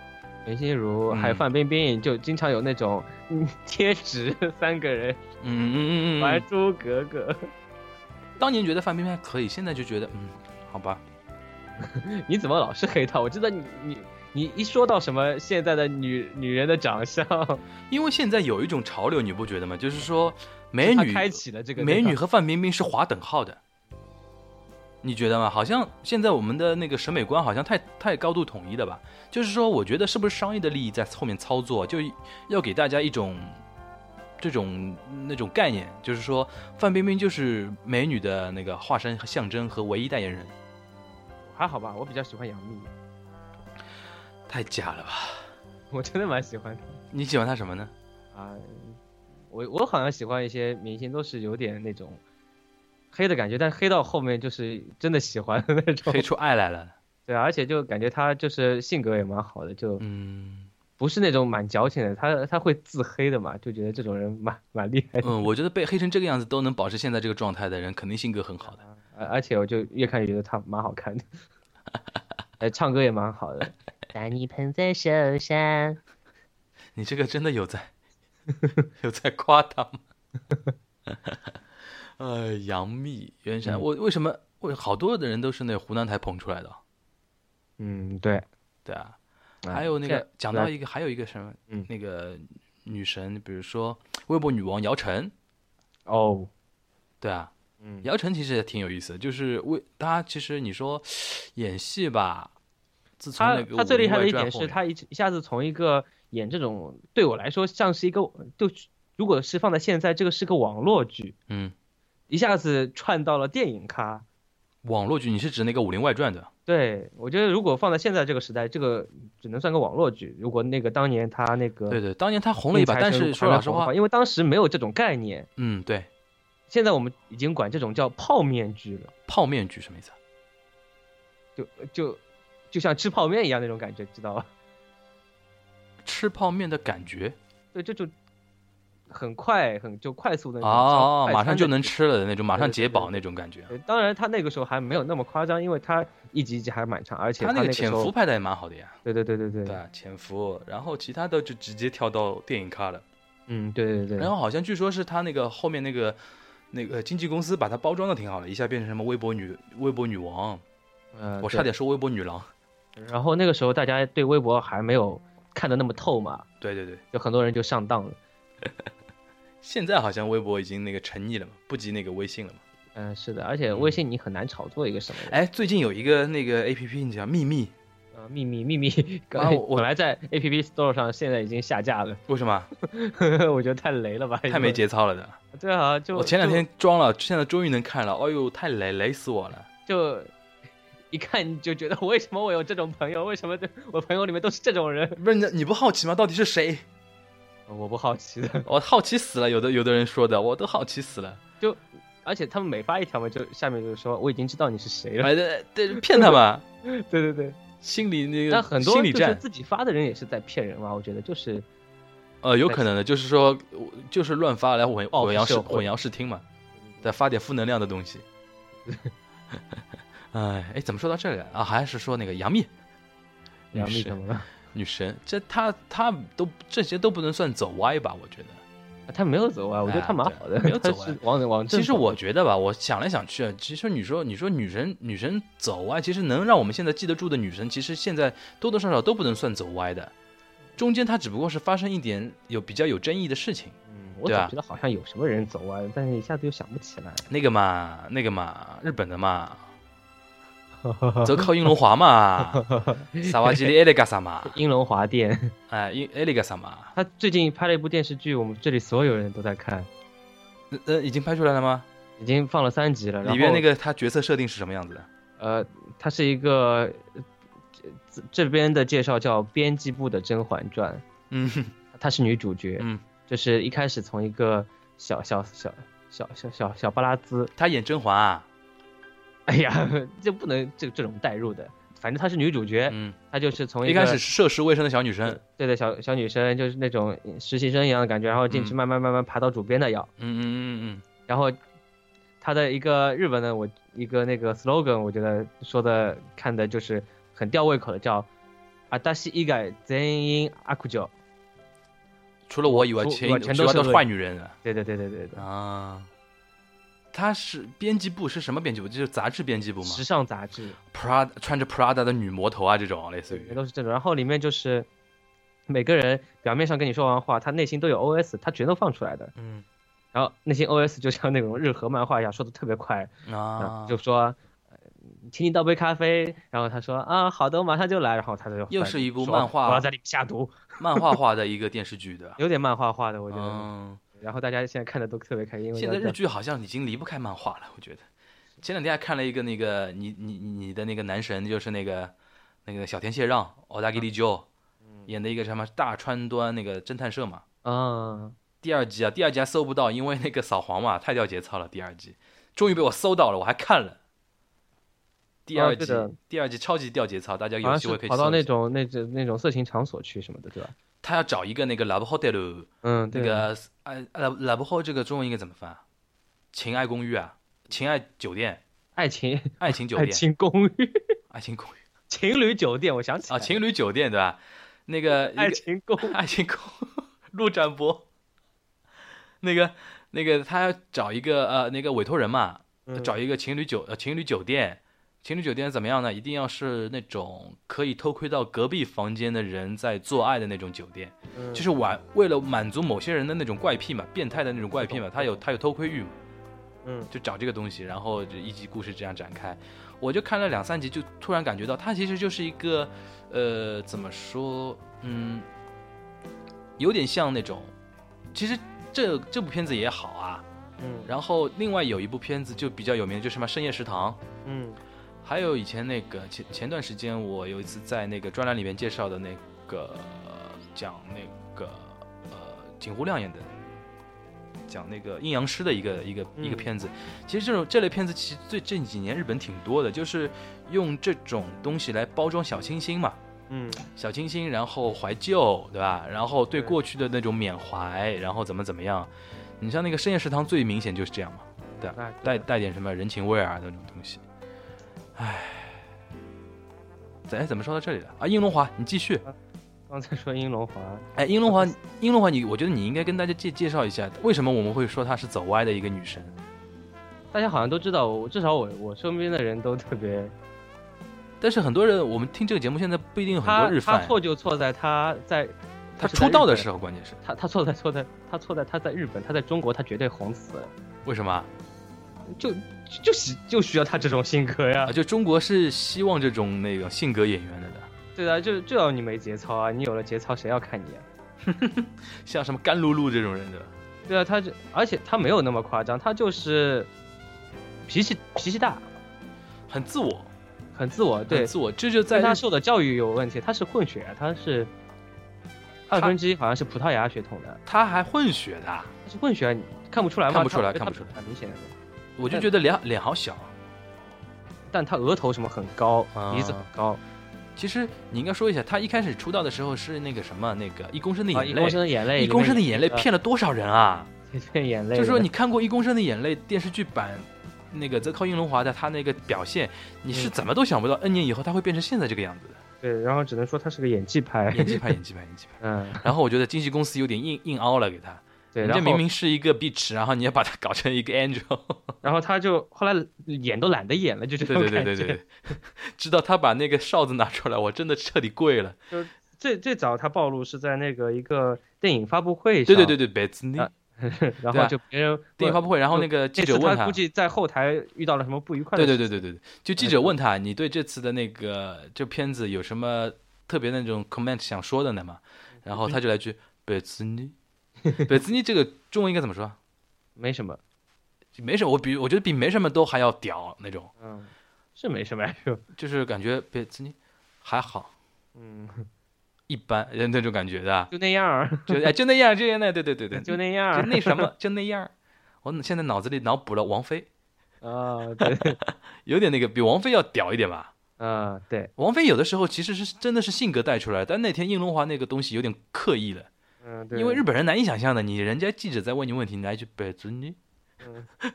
S6: 林心如
S5: 嗯
S6: 还有范冰冰，就经常有那种 *laughs* 嗯贴纸，三个人
S5: 嗯嗯嗯嗯，
S6: 《还珠格格》
S5: 当年觉得范冰冰还可以，现在就觉得嗯，好吧，
S6: 你怎么老是黑她？我记得你你你一说到什么现在的女女人的长相，
S5: 因为现在有一种潮流，你不觉得吗？就是说美
S6: 她
S5: 女、
S6: 开启了这个
S5: 美
S6: 对吧
S5: 女和范冰冰是划等号的，你觉得吗？好像现在我们的那个审美观好像太太高度统一了吧？就是说，我觉得是不是商业的利益在后面操作，就要给大家一种这种那种概念，就是说范冰冰就是美女的那个化身和象征和唯一代言人，
S6: 还好吧，我比较喜欢杨幂， *laughs*
S5: 太假了吧？
S6: 我真的蛮喜欢她
S5: 你喜欢她什么呢？
S6: 啊。我我好像喜欢一些明星都是有点那种黑的感觉，但黑到后面就是真的喜欢的那种 *laughs*
S5: 黑。出爱来了，
S6: 对，啊而且就感觉她就是性格也蛮好的，就
S5: 嗯。
S6: 不是那种蛮矫情的，她她会自黑的嘛，就觉得这种人蛮蛮厉害的。
S5: 嗯，我觉得被黑成这个样子都能保持现在这个状态的人，肯定性格很好的。
S6: 而而且我就越看越觉得她蛮好
S5: *laughs*
S6: 看的，呃，唱歌也蛮好的。把你捧在手上，
S5: 你这个真的有在 *laughs* 有在夸他吗？ *laughs* 呃，杨幂、袁姗，
S6: 嗯
S5: 我为什么我好多的人都是那湖南台捧出来的？
S6: 嗯，对，
S5: 对啊，
S6: 啊
S5: 还有那个
S6: 这
S5: 讲到一个，还有一个什么，
S6: 嗯
S5: 那个女神，比如说微博女王姚晨，
S6: 哦，
S5: 对啊，
S6: 嗯，
S5: 姚晨其实也挺有意思的，就是为她其实你说演戏吧，自从
S6: 他
S5: 那个《
S6: 他最厉害的一
S5: 传
S6: 点》
S5: 后
S6: 是
S5: 面
S6: 他一一下子从一个演这种对我来说像是一个就如果是放在现在，这个是个网络剧，
S5: 嗯，
S6: 一下子串到了电影咖。
S5: 网络剧，你是指那个《武林外传》的？
S6: 对，我觉得如果放在现在这个时代，这个只能算个网络剧。如果那个当年他那个
S5: 对对，当年他红了一
S6: 宁
S5: 把，
S6: 财
S5: 但
S6: 神
S5: 是说
S6: 还
S5: 老
S6: 没
S5: 实
S6: 红的
S5: 话，
S6: 因为当时没有这种概念，
S5: 嗯，对，
S6: 现在我们已经管这种叫泡面剧了，
S5: 泡面剧什么意思啊？
S6: 就就就像吃泡面一样那种感觉，知道吧？ *laughs*
S5: 吃泡面的感觉
S6: 对，这就很快很就快速的那种
S5: 哦，
S6: 快
S5: 马
S6: 餐
S5: 上
S6: 的
S5: 就能吃了的那种，马
S6: 对
S5: 上
S6: 对
S5: 解
S6: 对
S5: 饱
S6: 对
S5: 那种感觉。啊
S6: 呃当然，他那个时候还没有那么夸张，因为他一集一集还蛮长，而且
S5: 他那
S6: 那
S5: 个
S6: 时
S5: 潜
S6: 候
S5: 伏，拍的也蛮好的呀，
S6: 对对对对对，
S5: 对啊，潜伏，然后其他的就直接跳到电影咖了。
S6: 嗯，对对对，
S5: 然后好像据说是他那个后面那个那个经纪公司把她包装的挺好的，一下变成什么微博女微博女王，
S6: 呃，
S5: 我
S6: 对
S5: 差点说微博女郎。
S6: 然后那个时候大家对微博还没有看得那么透嘛，
S5: 对对对，
S6: 有很多人就上当了。
S5: 现在好像微博已经那个沉溺了嘛，不及那个微信了嘛。
S6: 嗯、是的，而且微信你很难炒作一个什么人。
S5: 哎，最近有一个那个 A P P，你讲秘密，
S6: 呃，秘密秘密，
S5: 啊我我
S6: 本来在 A P P Store 上，现在已经下架了，
S5: 为什么
S6: *laughs* 我觉得太雷了吧，
S5: 太没。节操了的？
S6: 对啊，就
S5: 我前两天装了，现在终于能看了，哎呦，太雷雷死我了！
S6: 就就一看就觉得，为什么我有这种朋友？为什么这我朋友里面都是这种人？
S5: 不是你你不好奇吗？到底是谁？
S6: 我不好奇的，
S5: 我好奇死了，有的有的人说的，我都好奇死了。
S6: 而且他们每发一条嘛，就下面就说我已经知道你是谁了。
S5: 哎，对对，骗他们，
S6: 对对对，
S5: 心理那
S6: 但
S5: 个
S6: 很多
S5: 心理
S6: 就是
S5: 战，
S6: 自己发的人也是在骗人嘛，我觉得就是
S5: 呃，有可能的，就是说，我就是乱发来混
S6: 哎报复
S5: 混淆视
S6: 社会
S5: 混淆视听嘛，再发点负能量的东西。 *laughs* 哎，哎，怎么说到这里来啊？还是说那个杨幂，
S6: 杨幂
S5: 女
S6: 怎
S5: 神，
S6: 么了？
S5: 女神，这她她都这些都不能算走歪吧？我觉得，
S6: 他没有走啊，我觉得他蛮好的，
S5: 哎对没有走啊
S6: 他是往往正
S5: 其实
S6: 走
S5: 我觉得吧，我想来想去啊，其实你说你说女神女神走歪，其实能让我们现在记得住的女神，其实现在多多少少都不能算走歪的，中间她只不过是发生一点有比较有争议的事情。
S6: 嗯我
S5: 对
S6: 总
S5: 啊
S6: 觉得好像有什么人走啊，但是一下子又想不起来。
S5: 那个嘛，那个嘛，日本
S6: *laughs*
S5: 的嘛，则靠英龙华嘛，萨瓦吉里埃利嘎萨嘛，
S6: 英龙华殿，
S5: 哎，英埃利嘎萨嘛，
S6: *laughs* 他最近拍了一部电视剧，我们这里所有人都在看，
S5: 呃呃，已经拍出来了吗？
S6: 已经放了三集了。然后
S5: 里边那个他角色设定是什么样子的？
S6: 呃，它是一个呃这这边的介绍叫《编辑部的甄嬛传
S5: 嗯》， *laughs*
S6: 她是女主角，
S5: 嗯，
S6: 就是一开始从一个小小小小小小小巴拉兹，
S5: 他演甄嬛啊，
S6: 哎呀，这不能这这种代入的，反正她是女主角，
S5: 嗯，
S6: 她就是从
S5: 一
S6: 个呃
S5: 开始是涉世未深的小女生，嗯
S6: 对的小小女生，就是那种实习生一样的感觉，然后进去
S5: 嗯
S6: 慢慢慢慢爬到主编的要，
S5: 嗯嗯嗯嗯。
S6: 然后他的一个日本的我一个那个 slogan，我觉得说的看的就是很吊胃口的，叫“阿达西一改全因阿库九
S5: 除了我以外，
S6: 除
S5: 全
S6: 以外
S5: 其
S6: 全
S5: 他
S6: 都是
S5: 都
S6: 恶
S5: 是坏女人”。
S6: 对对对对对对，
S5: 啊。她是编辑部是什么编辑部？就是杂志编辑部吗
S6: 时尚杂志
S5: ？Prada 穿着 Prada 的女魔头啊，这种类似于
S6: 也都是这种。然后里面就是每个人表面上跟你说完话，他内心都有 OS，他全都放出来的。
S5: 嗯
S6: 然后内心 OS 就像那种日和漫画一样，说的特别快，
S5: 啊，
S6: 就说。呃请你倒杯咖啡，然后他说啊，好的，我马上就来。然后他就
S5: 又是一部
S6: 说
S5: 漫画
S6: 我要在里面下毒，
S5: 漫画化的一个电视剧的。
S6: *laughs* 有点漫画化的，我觉得。
S5: 嗯，
S6: 然后大家现在看的都特别开心，因为
S5: 现在
S6: 要
S5: 日剧好像已经离不开漫画了，我觉得。前两天还看了一个那个你你你的那个男神，就是那个那个小田切让
S6: 嗯
S5: o d a g i r i j o 演的一个什么大川端那个侦探社嘛。
S6: 啊，
S5: 第二季啊，第二季还搜不到，因为那个扫黄嘛，太掉节操了。第二季终于被我搜到了，我还看了。第
S6: 哦
S5: 二
S6: 对
S5: 季，
S6: 的
S5: 第二季超级掉节操，大家
S6: 好
S5: 有
S6: 像
S5: 机会可
S6: 是
S5: 以
S6: 跑到
S5: 搜一
S6: 那
S5: 下
S6: 种那种那种色情场所去什么的，对吧？
S5: 他要找一个那个 love hotel，
S6: 嗯，
S5: 那
S6: 对的，
S5: 个爱爱 love hotel 这个中文应该怎么翻啊？情爱公寓啊，情爱酒店，
S6: 爱情
S5: 爱情酒
S6: 爱
S5: 店，
S6: 情公寓、
S5: 爱情公寓
S6: 情侣酒店，我想起来
S5: 啊，
S6: 了
S5: 情侣酒店对吧？那个一个
S6: 爱情公寓
S5: *laughs* 爱情公陆展博，那个那个他要找一个呃那个委托人嘛，
S6: 嗯
S5: 找一个情侣酒呃情侣酒店，情侣酒店怎么样呢？一定要是那种可以偷窥到隔壁房间的人在做爱的那种酒店，
S6: 嗯
S5: 就是玩为了满足某些人的那种怪癖嘛，变态的那种怪癖嘛，他有他有偷窥欲嘛，
S6: 嗯
S5: 就找这个东西，然后就一集故事这样展开。我就看了两三集，就突然感觉到它其实就是一个，呃，怎么说，嗯，有点像那种，其实这这部片子也好啊。
S6: 嗯
S5: 然后另外有一部片子就比较有名，就是什么《深夜食堂》，
S6: 嗯
S5: 还有以前那个前前段时间我有一次在那个专栏里面介绍的那个、呃讲那个呃景湖亮演的，讲那个阴阳师的一个一个、一
S6: 嗯
S5: 个片子。其实这种这类片子其实最这几年日本挺多的，就是用这种东西来包装小清新嘛。
S6: 嗯
S5: 小清新，然后怀旧，对吧？然后对
S6: 对
S5: 过去的那种缅怀，然后怎么怎么样？你像那个深夜食堂，最明显就是这样嘛，对吧
S6: 那对
S5: 带带点什么人情味啊那种东西。唉，怎哎怎么说到这里了啊？应龙华，你继续。
S6: 刚才说英龙华，
S5: 哎，应龙华，应龙华你，我觉得你应该跟大家介介绍一下，为什么我们会说她是走歪的一个女神？
S6: 大家好像都知道，我至少我我身边的人都特别，
S5: 但是很多人，我们听这个节目现在不一定有很
S6: 他
S5: 多日
S6: 他
S5: 饭，
S6: 错就错在他在
S5: 他
S6: 是在
S5: 出道的
S6: 日本
S5: 时候关键是
S6: 他他错在错在他错在他在日本，他在中国他绝对红死了，
S5: 为什么啊？
S6: 就就需就需要他这种性格呀
S5: 啊，。就中国是希望这种那个性格演员的的，
S6: 对啊，就就要你没节操啊！你有了节操，谁要看你啊？
S5: 像什么甘露露这种人的，
S6: 对啊，他就而且他没有那么夸张，他就是脾气脾气大，
S5: 很自我，
S6: 很自我。对
S5: 很，自我，这就在
S6: 但他
S5: 日
S6: 受的教育有问题，他是混血啊，他是二分之一好像是葡萄牙血统的，
S5: 他还混血的啊，
S6: 他是混血啊，你看不出来吗？
S5: 看不出来
S6: 他
S5: 看不出来
S6: 他很明显的。
S5: 我就觉得脸脸好小啊。
S6: 但他额头什么很高，
S5: 啊
S6: 鼻子很高，
S5: 其实你应该说一下，他一开始出道的时候是那个什么，那个一公升的
S6: 啊，
S5: 眼
S6: 一
S5: 泪
S6: 公，升的眼泪，啊
S5: 一公升的眼泪
S6: 里面
S5: 骗了多少人啊？
S6: 一个片眼泪，
S5: 就说你看过《一公升的眼泪》电视剧版，那个泽靠英龙华的他那个表现，你是
S6: 嗯
S5: 怎么都想不到，N 年以后他会变成现在这个
S6: *laughs*
S5: 样子的，
S6: 对，然后只能说他是个演技派，
S5: 演技派，演技派，演技
S6: *laughs*
S5: 派。
S6: 嗯，
S5: 然后我觉得经纪公司有点硬硬凹了给他，
S6: 对，
S5: 你
S6: 然
S5: 这
S6: 后
S5: 明明是一个 bitch，然后你要把他搞成一个 angel，
S6: 然后他就后来演都懒得演了，就 *laughs* 这
S5: 对
S6: 种
S5: 对
S6: 感觉。
S5: 对对对，对，直到他把那个哨子拿出来，我真的彻底跪了。
S6: *laughs* 最最早他暴露是在那个一个电影发布会上，
S5: 对对对对，别子尼
S6: 啊对， *laughs* 然
S5: 对啊
S6: 后就别人问
S5: 电影发布会，然后那个记者
S6: 那次
S5: 问
S6: 他，估计在后台遇到了什么不愉快的
S5: 对
S6: 事
S5: 对
S6: 情，
S5: 对对对对，就记者问他，你对这次的那个这片子有什么特别那种 comment 想说的呢嘛？然后他就来句别子 *laughs* 尼，别子尼这个中文应该怎么说？
S6: 没什么，
S5: 没什么，我比我觉得比没什么都还要屌那种，
S6: 嗯，是没什么呀，
S5: *laughs*
S6: 就
S5: 就是感觉别子尼还好
S6: 嗯，
S5: 一般呃那种感觉的，
S6: 就那样儿，
S5: 就哎就那样就那样，对对对对，
S6: *laughs* 就那样
S5: 就
S6: 儿，
S5: 那什么，就那样儿。我现在脑子里脑补了王菲， *laughs*
S6: 啊，对，
S5: 有点那个比王菲要屌一点吧。
S6: 啊，对，
S5: 王菲有的时候其实是真的是性格带出来，但那天应龙华那个东西有点刻意了，
S6: 嗯，对，
S5: 因
S6: *laughs*
S5: 为日本人难以想象的，你人家记者在问你问题，你来一句北尊你
S6: 嗯。
S5: *laughs*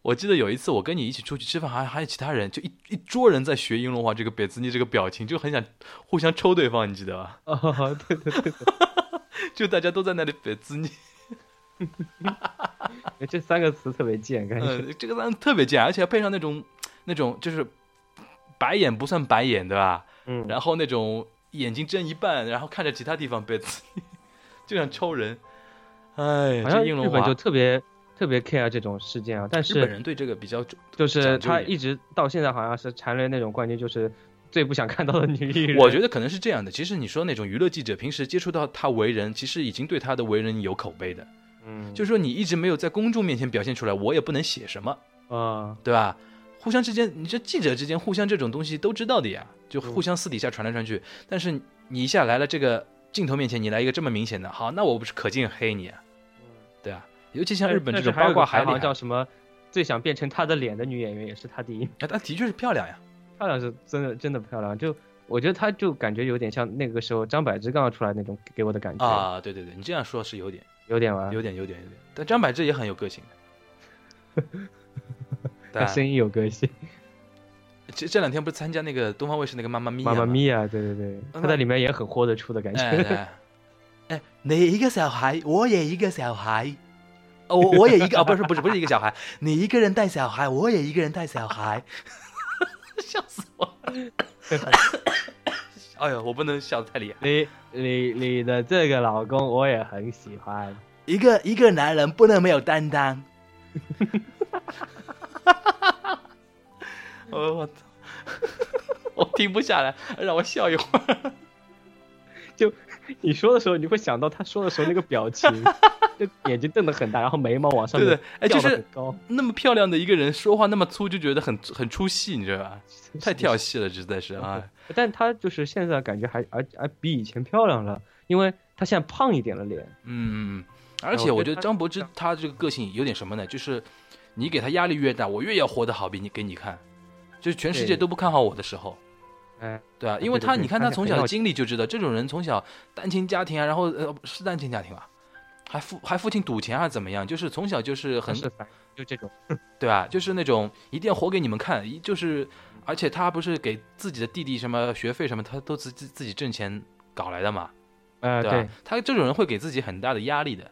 S5: 我记得有一次我跟你一起出去吃饭，还还有其他人，就一一桌人在学应龙华这个北尊尼这个表情，就很想互相抽对方，你记得吧？ *laughs*
S6: 哦，对对
S5: 就大家都在那里北尊尼。
S6: 对，这三个词特别贱，感觉
S5: 嗯，这个咱特别贱，而且配上那种那种就是白眼不算白眼，对吧？
S6: 嗯，
S5: 然后那种眼睛睁一半，然后看着其他地方被刺，就想抽人。哎，
S6: 好像
S5: 这应
S6: 日
S5: 龙
S6: 本
S5: 华
S6: 就特别特别 care 这种事件啊，但
S5: 日
S6: 是
S5: 本人对这个比较重
S6: 就是
S5: 讲究
S6: 他
S5: 一点
S6: 一直到现在好像是蝉联那种冠军，就是最不想看到的女艺人。
S5: 我觉得可能是这样的。其实你说那种娱乐记者，平时接触到他为人，其实已经对他的为人有口碑的。
S6: 嗯，
S5: 就是是说你一直没有在公众面前表现出来，我也不能写什么，
S6: 啊，
S5: 对吧？互相之间，你这记者之间互相这种东西都知道的呀，就
S6: 嗯
S5: 互相私底下传来传去。但是你一下来了这个镜头面前，你来一个这么明显的，好，那我不是可劲黑你啊，对啊。尤其像日本这种
S6: 嗯但是还有
S5: 八
S6: 个
S5: 卦
S6: 排
S5: 海里
S6: 行叫
S5: 啊，
S6: 什么？最想变成她的脸的女演员也是她第一，
S5: 她哎的确是漂亮呀。
S6: 漂亮是真的真的漂亮。就我觉得她就感觉有点像那个时候张柏芝刚刚出来那种给我的感觉，
S5: 啊，对对对，你这样说是有点，
S6: 有点吧，
S5: 有点，有点，有点。但张柏芝也很有个性 *laughs* 的。对
S6: 她
S5: 啊
S6: 声音有个性。
S5: 这这两天不是参加那个东方卫视那个《妈妈咪呀》
S6: 妈妈
S5: 吗
S6: 咪呀，对对对，她在里面也很豁得出的
S5: *laughs*
S6: 感
S5: 哎
S6: 觉。
S5: 对，哎，你一个小孩，我也一个小孩，哦，我我也一个，哦，不 *laughs* 是不是不是一个小孩，你一个人带小孩，我也一个人带小孩， *laughs* 笑死我了！ *laughs* 哎呦，我不能笑得太厉害，
S6: *laughs* 你你你的这个老公我也很喜欢，
S5: 一个一个男人不能没有担 *laughs* 当。哦我我操 *laughs* 我停不下来，让我笑一会儿。
S6: 你说的时候，你会想到他说的时候那个表
S5: *laughs*
S6: 情，就眼睛瞪得很大，然后眉毛往上
S5: 对对哎
S6: 吊
S5: 就是
S6: 得很高，
S5: *laughs* 那么漂亮的一个人，说话那么粗，就觉得很很出戏，你知道吧？
S6: *laughs*
S5: 太跳戏了，实在是啊。
S6: 但她就是现在感觉还而而比以前漂亮了，因为她现在胖一点了脸，
S5: 嗯，而且
S6: 我
S5: 我
S6: 觉
S5: 觉
S6: 得
S5: 得
S6: 他
S5: 张柏芝她这个个性有点什么呢？就是你给她压力越大，我越要活得好，比你给你看，就是全世界
S6: 对
S5: 都不看好我的时候，
S6: 哎，
S5: 对啊，
S6: 对
S5: 因为
S6: 对
S5: 她
S6: 对
S5: 你看
S6: 她
S5: 她
S6: 是
S5: 从
S6: 很
S5: 小
S6: 要
S5: 的经历就知道，这种人从小单亲家庭啊，然后呃是单亲家庭吧，还父还父亲赌钱啊怎么样，就是从小就是很
S6: 是反就这种，
S5: 对吧？就是那种一定要活给你们看，一就是而且她不是给自己的弟弟什么学费什么，她都自自自己挣钱搞来的嘛，
S6: 呃，
S5: 对吧啊
S6: 对，？
S5: 她这种人会给自己很大的压力的。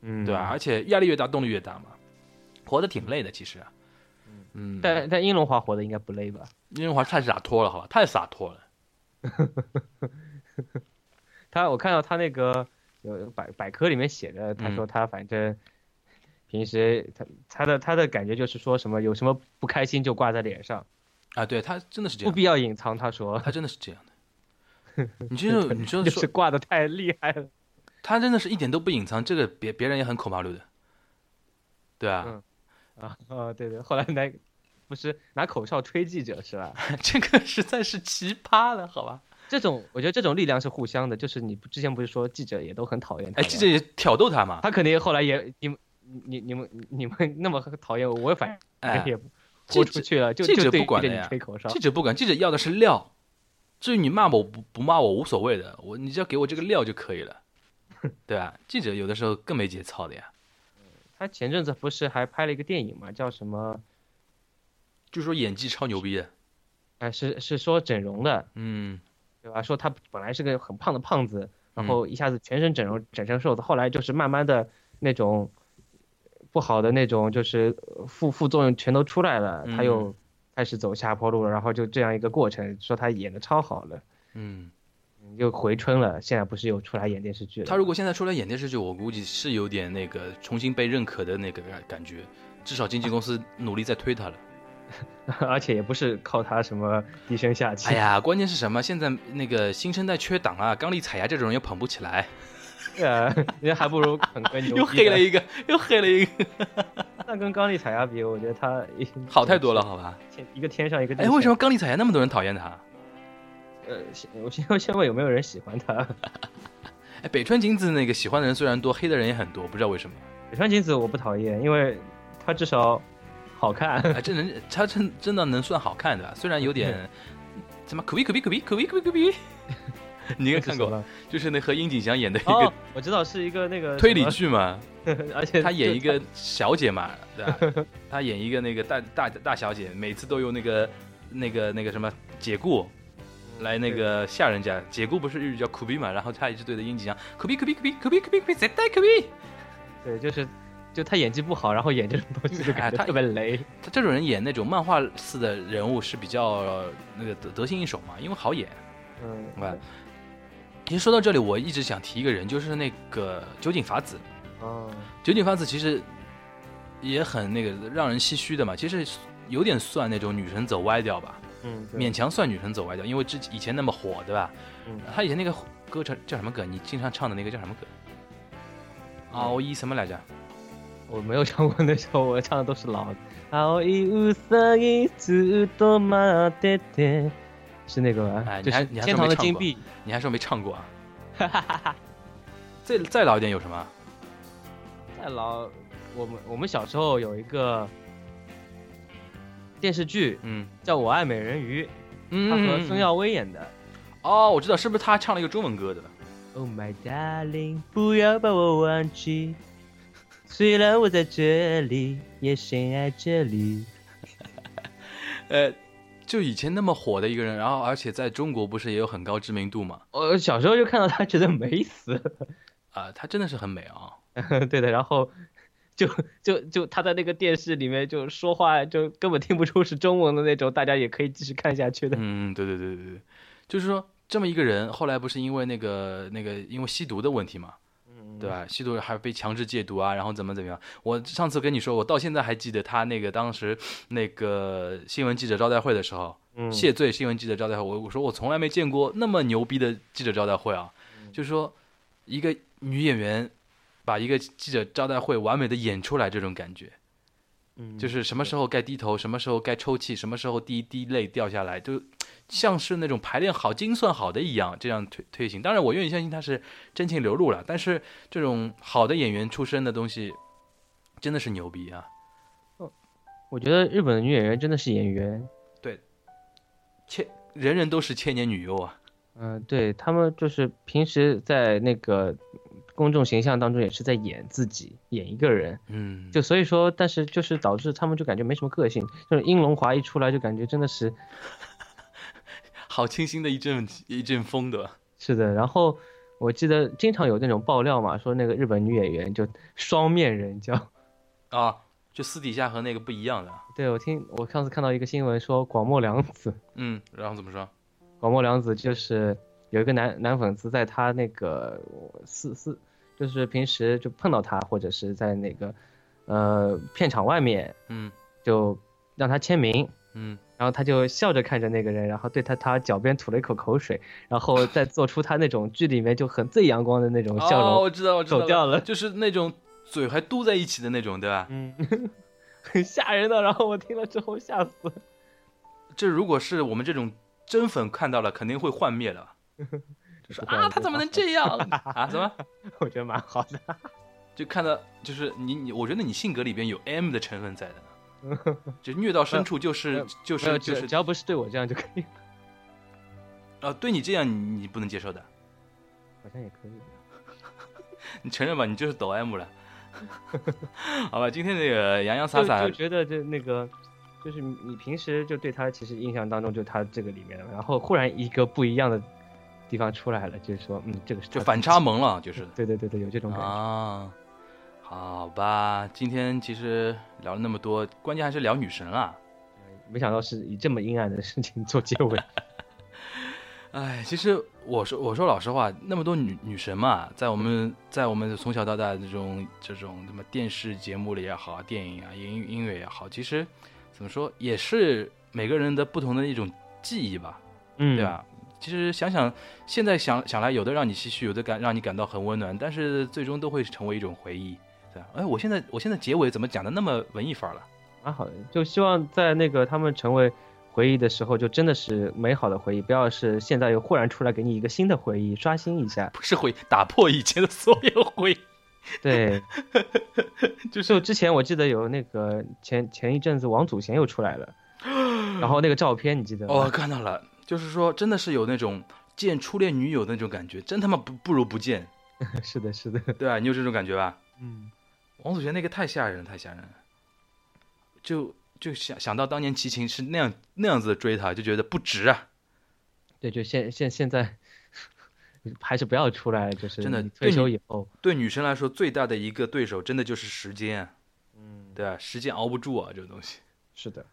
S6: 嗯，
S5: 对吧、而且压力越大，动力越大嘛。活得挺累的，其实。啊嗯，
S6: 但但英龙华活的应该不累吧？
S5: 殷润华太洒脱了，好吧，太洒脱了。
S6: 他我看到他那个有百百科里面写着，他
S5: 嗯
S6: 说他反正平时他他的他的感觉就是说什么有什么不开心就挂在脸上，
S5: 啊，对他真的是这
S6: 不
S5: 样，
S6: 必要隐藏。他说
S5: 他真的是这样的。你这
S6: *laughs*
S5: 种，你这
S6: 就
S5: 种
S6: 是
S5: 说，
S6: 挂的太厉害了。
S5: 他真的是一点都不隐藏，这个别别人也很口马路的，对啊，
S6: 啊啊，对对，后来拿不是拿口哨吹记者是吧？ *laughs*
S5: *laughs* 这个实在是奇葩了，好吧？
S6: 这种我觉得这种力量是互相的，就是你之前不是说记者也都很讨厌他
S5: 哎，
S6: 吗，
S5: 记者也挑逗他嘛，
S6: 他肯定后来也你们你你们你们那么讨厌我，我反
S5: 哎
S6: 正，也
S5: 记
S6: 豁
S5: 者
S6: 出去了，就
S5: 记
S6: 就
S5: 者
S6: 对
S5: 不管
S6: 着
S5: 的
S6: 你
S5: 呀
S6: 吹口哨
S5: 记。者不管，记者要的是料，至于你骂我不不骂我无所谓的，我你只要给我这个料就可以
S6: *laughs*
S5: 了，对吧、记者有的时候更没节操的呀，
S6: 他前阵子不是还拍了一个电影嘛，叫什么？
S5: 就说演技超牛逼的，
S6: 哎，是是说整容的，
S5: 嗯，
S6: 对吧？说他本来是个很胖的胖子，然后一下子全身整容整成瘦子，后来就是慢慢的那种不好的那种就是呃副副作用全都出来了，他
S5: 嗯
S6: 又开始走下坡路了，然后就这样一个过程。说他演的超好了，
S5: 嗯，
S6: 又回春了，现在不是又出来演电视剧了？
S5: 他如果现在出来演电视剧，我估计是有点那个重新被认可的那个感感觉，至少经纪公司努力在推他了。
S6: *laughs* 而且也不是靠他什么低声下气。
S5: 哎呀，关键是什么？现在那个新生代缺档啊，刚力彩呀这种人又捧不起来，
S6: 呃，人家还不如捧个牛逼的。
S5: *laughs* 又黑了一个， *laughs* 又黑了一个，
S6: 那跟刚力彩亚啊比，我觉得他
S5: 好太多了，，好吧？
S6: 天一个天上一个地
S5: *laughs* 哎，
S6: 下。
S5: 为什么刚力彩呀那么多人讨厌他？
S6: 呃，我先先问有没有人喜欢他？
S5: 哎，北川景子那个喜欢的人虽然多，黑的人也很多，不知道为什么。
S6: 北川景子我不讨厌，因为她至少好看。
S5: 哎，这人他真真的能算好看的，虽然有 *laughs* 点什么可比可比可比可比可比可比， *laughs* 你应 *laughs* 该看过，
S6: 了？
S5: 就是那和樱井翔演的一
S6: 哦
S5: 个，
S6: 我知道是一个那个
S5: 推理
S6: 什
S5: 剧嘛，
S6: 么，而且
S5: 他演
S6: 就
S5: 一个小姐嘛，对吧？他演一个那个大大大小姐，每次都用那个那个那个什么解雇。来那个吓人家，解雇不是日语叫苦逼嘛，然后他一直对着樱井翔，苦逼苦逼苦逼苦逼苦逼苦逼，絶対苦逼。
S6: 对，就是就他演技不好，然后演这种东西就
S5: *laughs* 哎
S6: 感觉
S5: 他
S6: 特别雷。
S5: 他这种人演那种漫画似的人物是比较呃那个得得心应手嘛，因为好演。
S6: 嗯，
S5: 明白其实说到这里，我一直想提一个人，就是那个酒井法子。
S6: 哦，
S5: 酒井法子其实也很那个让人唏嘘的嘛，其实有点算那种女神走歪掉吧，
S6: 嗯，对
S5: 勉强算女神走歪掉，因为之以前那么火，对吧？
S6: 嗯
S5: 他以前那个歌叫叫什么歌？你经常唱的那个叫什么歌？
S6: 嗯
S5: 熬一什么来着？
S6: 我没有唱过那首，我唱的都是老的。青いうさぎずっと待ってて，是那个
S5: 哎
S6: 吧？
S5: 你
S6: 就
S5: 还
S6: 是
S5: 你还
S6: 天
S5: 说
S6: 堂
S5: 没
S6: 的
S5: 唱
S6: 金
S5: 过
S6: 币。
S5: 你还说没唱过啊？
S6: *laughs*
S5: 再再老一点有什么？
S6: 再老，我们我们小时候有一个电视剧
S5: 嗯
S6: 叫《我爱美人鱼》，
S5: 嗯，
S6: 它和孙
S5: 嗯
S6: 耀威演的。
S5: 哦，我知道，是不是他唱了一个中文歌
S6: *laughs*
S5: 的？
S6: Oh my darling，不要把我忘记，虽然我在这里，也深爱这里。
S5: 呃，就以前那么火的一个人，然后而且在中国不是也有很高知名度嘛？
S6: 我小时候就看到他，觉得美死。 *laughs*
S5: 啊、她真的是很美啊！
S6: 对的，然后就就就他在那个电视里面就说话，就根本听不出是中文的那种，大家也可以继续看下去的。
S5: 嗯，对对对对对，就是说这么一个人，后来不是因为那个那个因为吸毒的问题嘛，对吧？吸毒还被强制戒毒啊，然后怎么怎么样？我上次跟你说，我到现在还记得他那个当时那个新闻记者招待会的时候，
S6: 嗯
S5: 谢罪新闻记者招待会，我我说我从来没见过那么牛逼的记者招待会啊，就是说一个女演员把一个记者招待会完美的演出来这种感觉，
S6: 嗯
S5: 就是什么时候该低头，什么时候该抽泣，什么时候第一滴泪掉下来，就像是那种排练好、精算好的一样，这样推推行。当然，我愿意相信他是真情流露了，但是这种好的演员出身的东西，真的是牛逼啊！
S6: 我觉得日本的女演员真的是演员，
S5: 千人人都是千年女优啊，
S6: 嗯、对他们就是平时在那个公众形象当中也是在演自己，演一个人，
S5: 嗯，
S6: 就所以说，但是就是导致他们就感觉没什么个性，就是英龙华一出来就感觉真的是
S5: 好清新的一阵一阵风的，
S6: 是的，然后。我记得经常有那种爆料嘛，说那个日本女演员就双面人叫，
S5: 啊，就私底下和那个不一样的。
S6: *laughs* 对我听我上次看到一个新闻说广末凉子，
S5: 嗯，然后怎么说？
S6: 广末凉子就是有一个男男粉丝在他那个私私，就是平时就碰到他，或者是在那个呃片场外面
S5: 嗯
S6: 就让他签名，
S5: 嗯，
S6: 然后他就笑着看着那个人，然后对他他脚边吐了一口口水，然后再做出他那种剧里面就很最阳光的那种笑
S5: 哦，
S6: 容，
S5: 我知道，我知道
S6: 走掉了
S5: 就是那种嘴还嘟在一起的那种，对吧？
S6: 很吓人的。然后我听了之后吓死了。
S5: 这如果是我们这种真粉看到了，肯定会幻灭的。就说啊，他怎么能这样 *laughs* 啊？怎么？
S6: *laughs* 我觉得蛮好的。
S5: 就看到就是你你，我觉得你性格里边有 M 的成分 *laughs* 在的，就虐到深处就是就
S6: 没有
S5: 是就
S6: 只
S5: 是
S6: 只要不是对我这样就可以，
S5: 啊，对你这样你你不能接受的，
S6: 好像也可以。
S5: 你承认吧，你就是抖 M 了。 *laughs* 好吧，今天这个洋洋洒
S6: 就
S5: 洒
S6: 就，觉得这那个，就是你平时就对他其实印象当中就他这个里面，然后忽然一个不一样的地方出来了，就是说，嗯，这个是
S5: 就
S6: 他
S5: 反
S6: 自己
S5: 差。萌了， *laughs* 就是
S6: 对对对对，有这种感觉。
S5: 啊。好吧，今天其实聊了那么多，关键还是聊女神啊。
S6: 没想到是以这么阴暗的事情做结
S5: *laughs*
S6: 尾。
S5: 哎，其实我说我说老实话，那么多女女神嘛，在我们在我们从小到大的这种这种什么电视节目里也好，电影啊、音音乐也好，其实怎么说也是每个人的不同的一种记忆吧，
S6: 嗯
S5: 对？啊吧？其实想想，现在想想来，有的让你唏嘘，有的感让你感到很温暖，但是最终都会成为一种回忆，对吧？哎，我现在我现在结尾怎么讲的那么文艺范儿了？
S6: 蛮好的，就希望在那个他们成为回忆的时候，就真的是美好的回忆，不要是现在又忽然出来给你一个新的回忆，刷新一
S5: *laughs*
S6: 下。
S5: 不是回打破以前的所有回忆，
S6: 对，
S5: *laughs* 就
S6: 就之前我记得有那个前前一阵子王祖贤又出来
S5: *gasps*
S6: 了，然后那个照片你记得吗？
S5: 哦，看到了，就是说，真的是有那种见初恋女友的那种感觉，真他妈不不如不见，
S6: *laughs* 是的，是的，
S5: 对吧？你有这种感觉吧？
S6: 嗯，
S5: *laughs* 王祖贤那个太吓人了，太吓人了，就就想想到当年齐秦是那样那样子追她，就觉得不值啊，
S6: 对，就现现现在 *laughs* 还是不要出来，就是
S5: 真的
S6: 你
S5: 对
S6: 退
S5: 你
S6: 休以后，
S5: 对女生来说最大的一个对手，真的就是时间啊，嗯，对吧？时间熬不住啊，这种东西。
S6: 是的，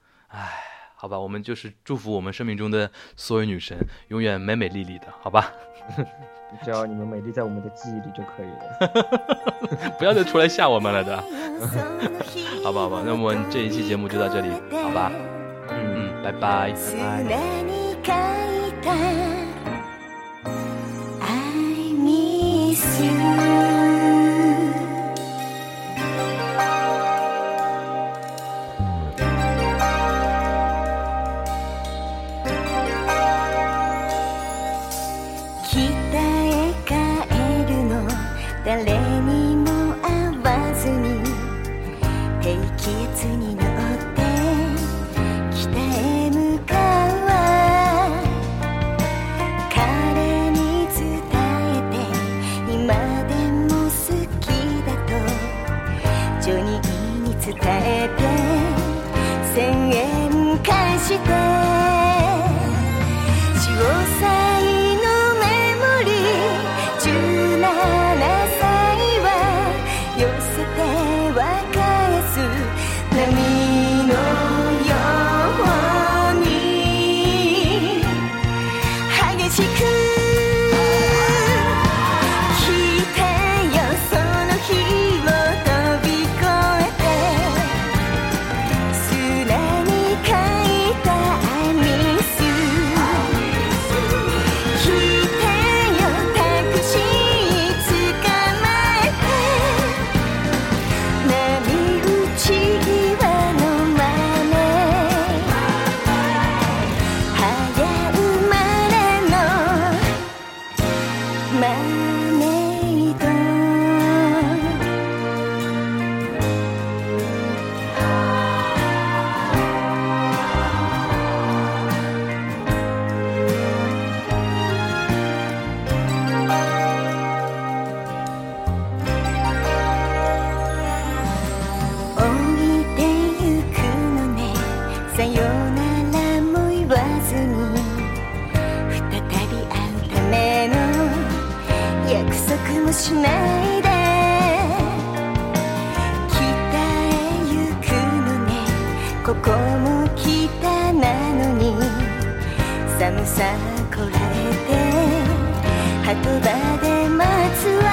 S5: 好吧，我们就是祝福我们生命中的所有女神永远美美丽丽的，好吧？ *laughs*
S6: 只要你们美丽在我们的记忆里就可以了。
S5: 不要再出来吓我们了，对吧？
S7: 好吧，好
S5: ne?
S7: 吧，那么这一期节目就到这里，好吧？
S6: 嗯。
S5: 嗯，拜拜。
S7: 砂に書いた I miss you 北へ帰るの誰にも会わずに低気圧に乗って北へ向かうわ彼に伝えて今でも好きだとジョニーに伝えて宣言返して15歳のメモリー17歳は寄せては返す波のように激しく来てよその日を飛び越えて「砂に書いた I miss you」「来てよタクシー捕まえて」「波打ち際のまね」「早生まれのマーメイド」「降りてゆくのね」「さよならも言わずに」「再び会うための約束もしないで」「北へ行くここも北なのに寒さこらえて波止場で待つわ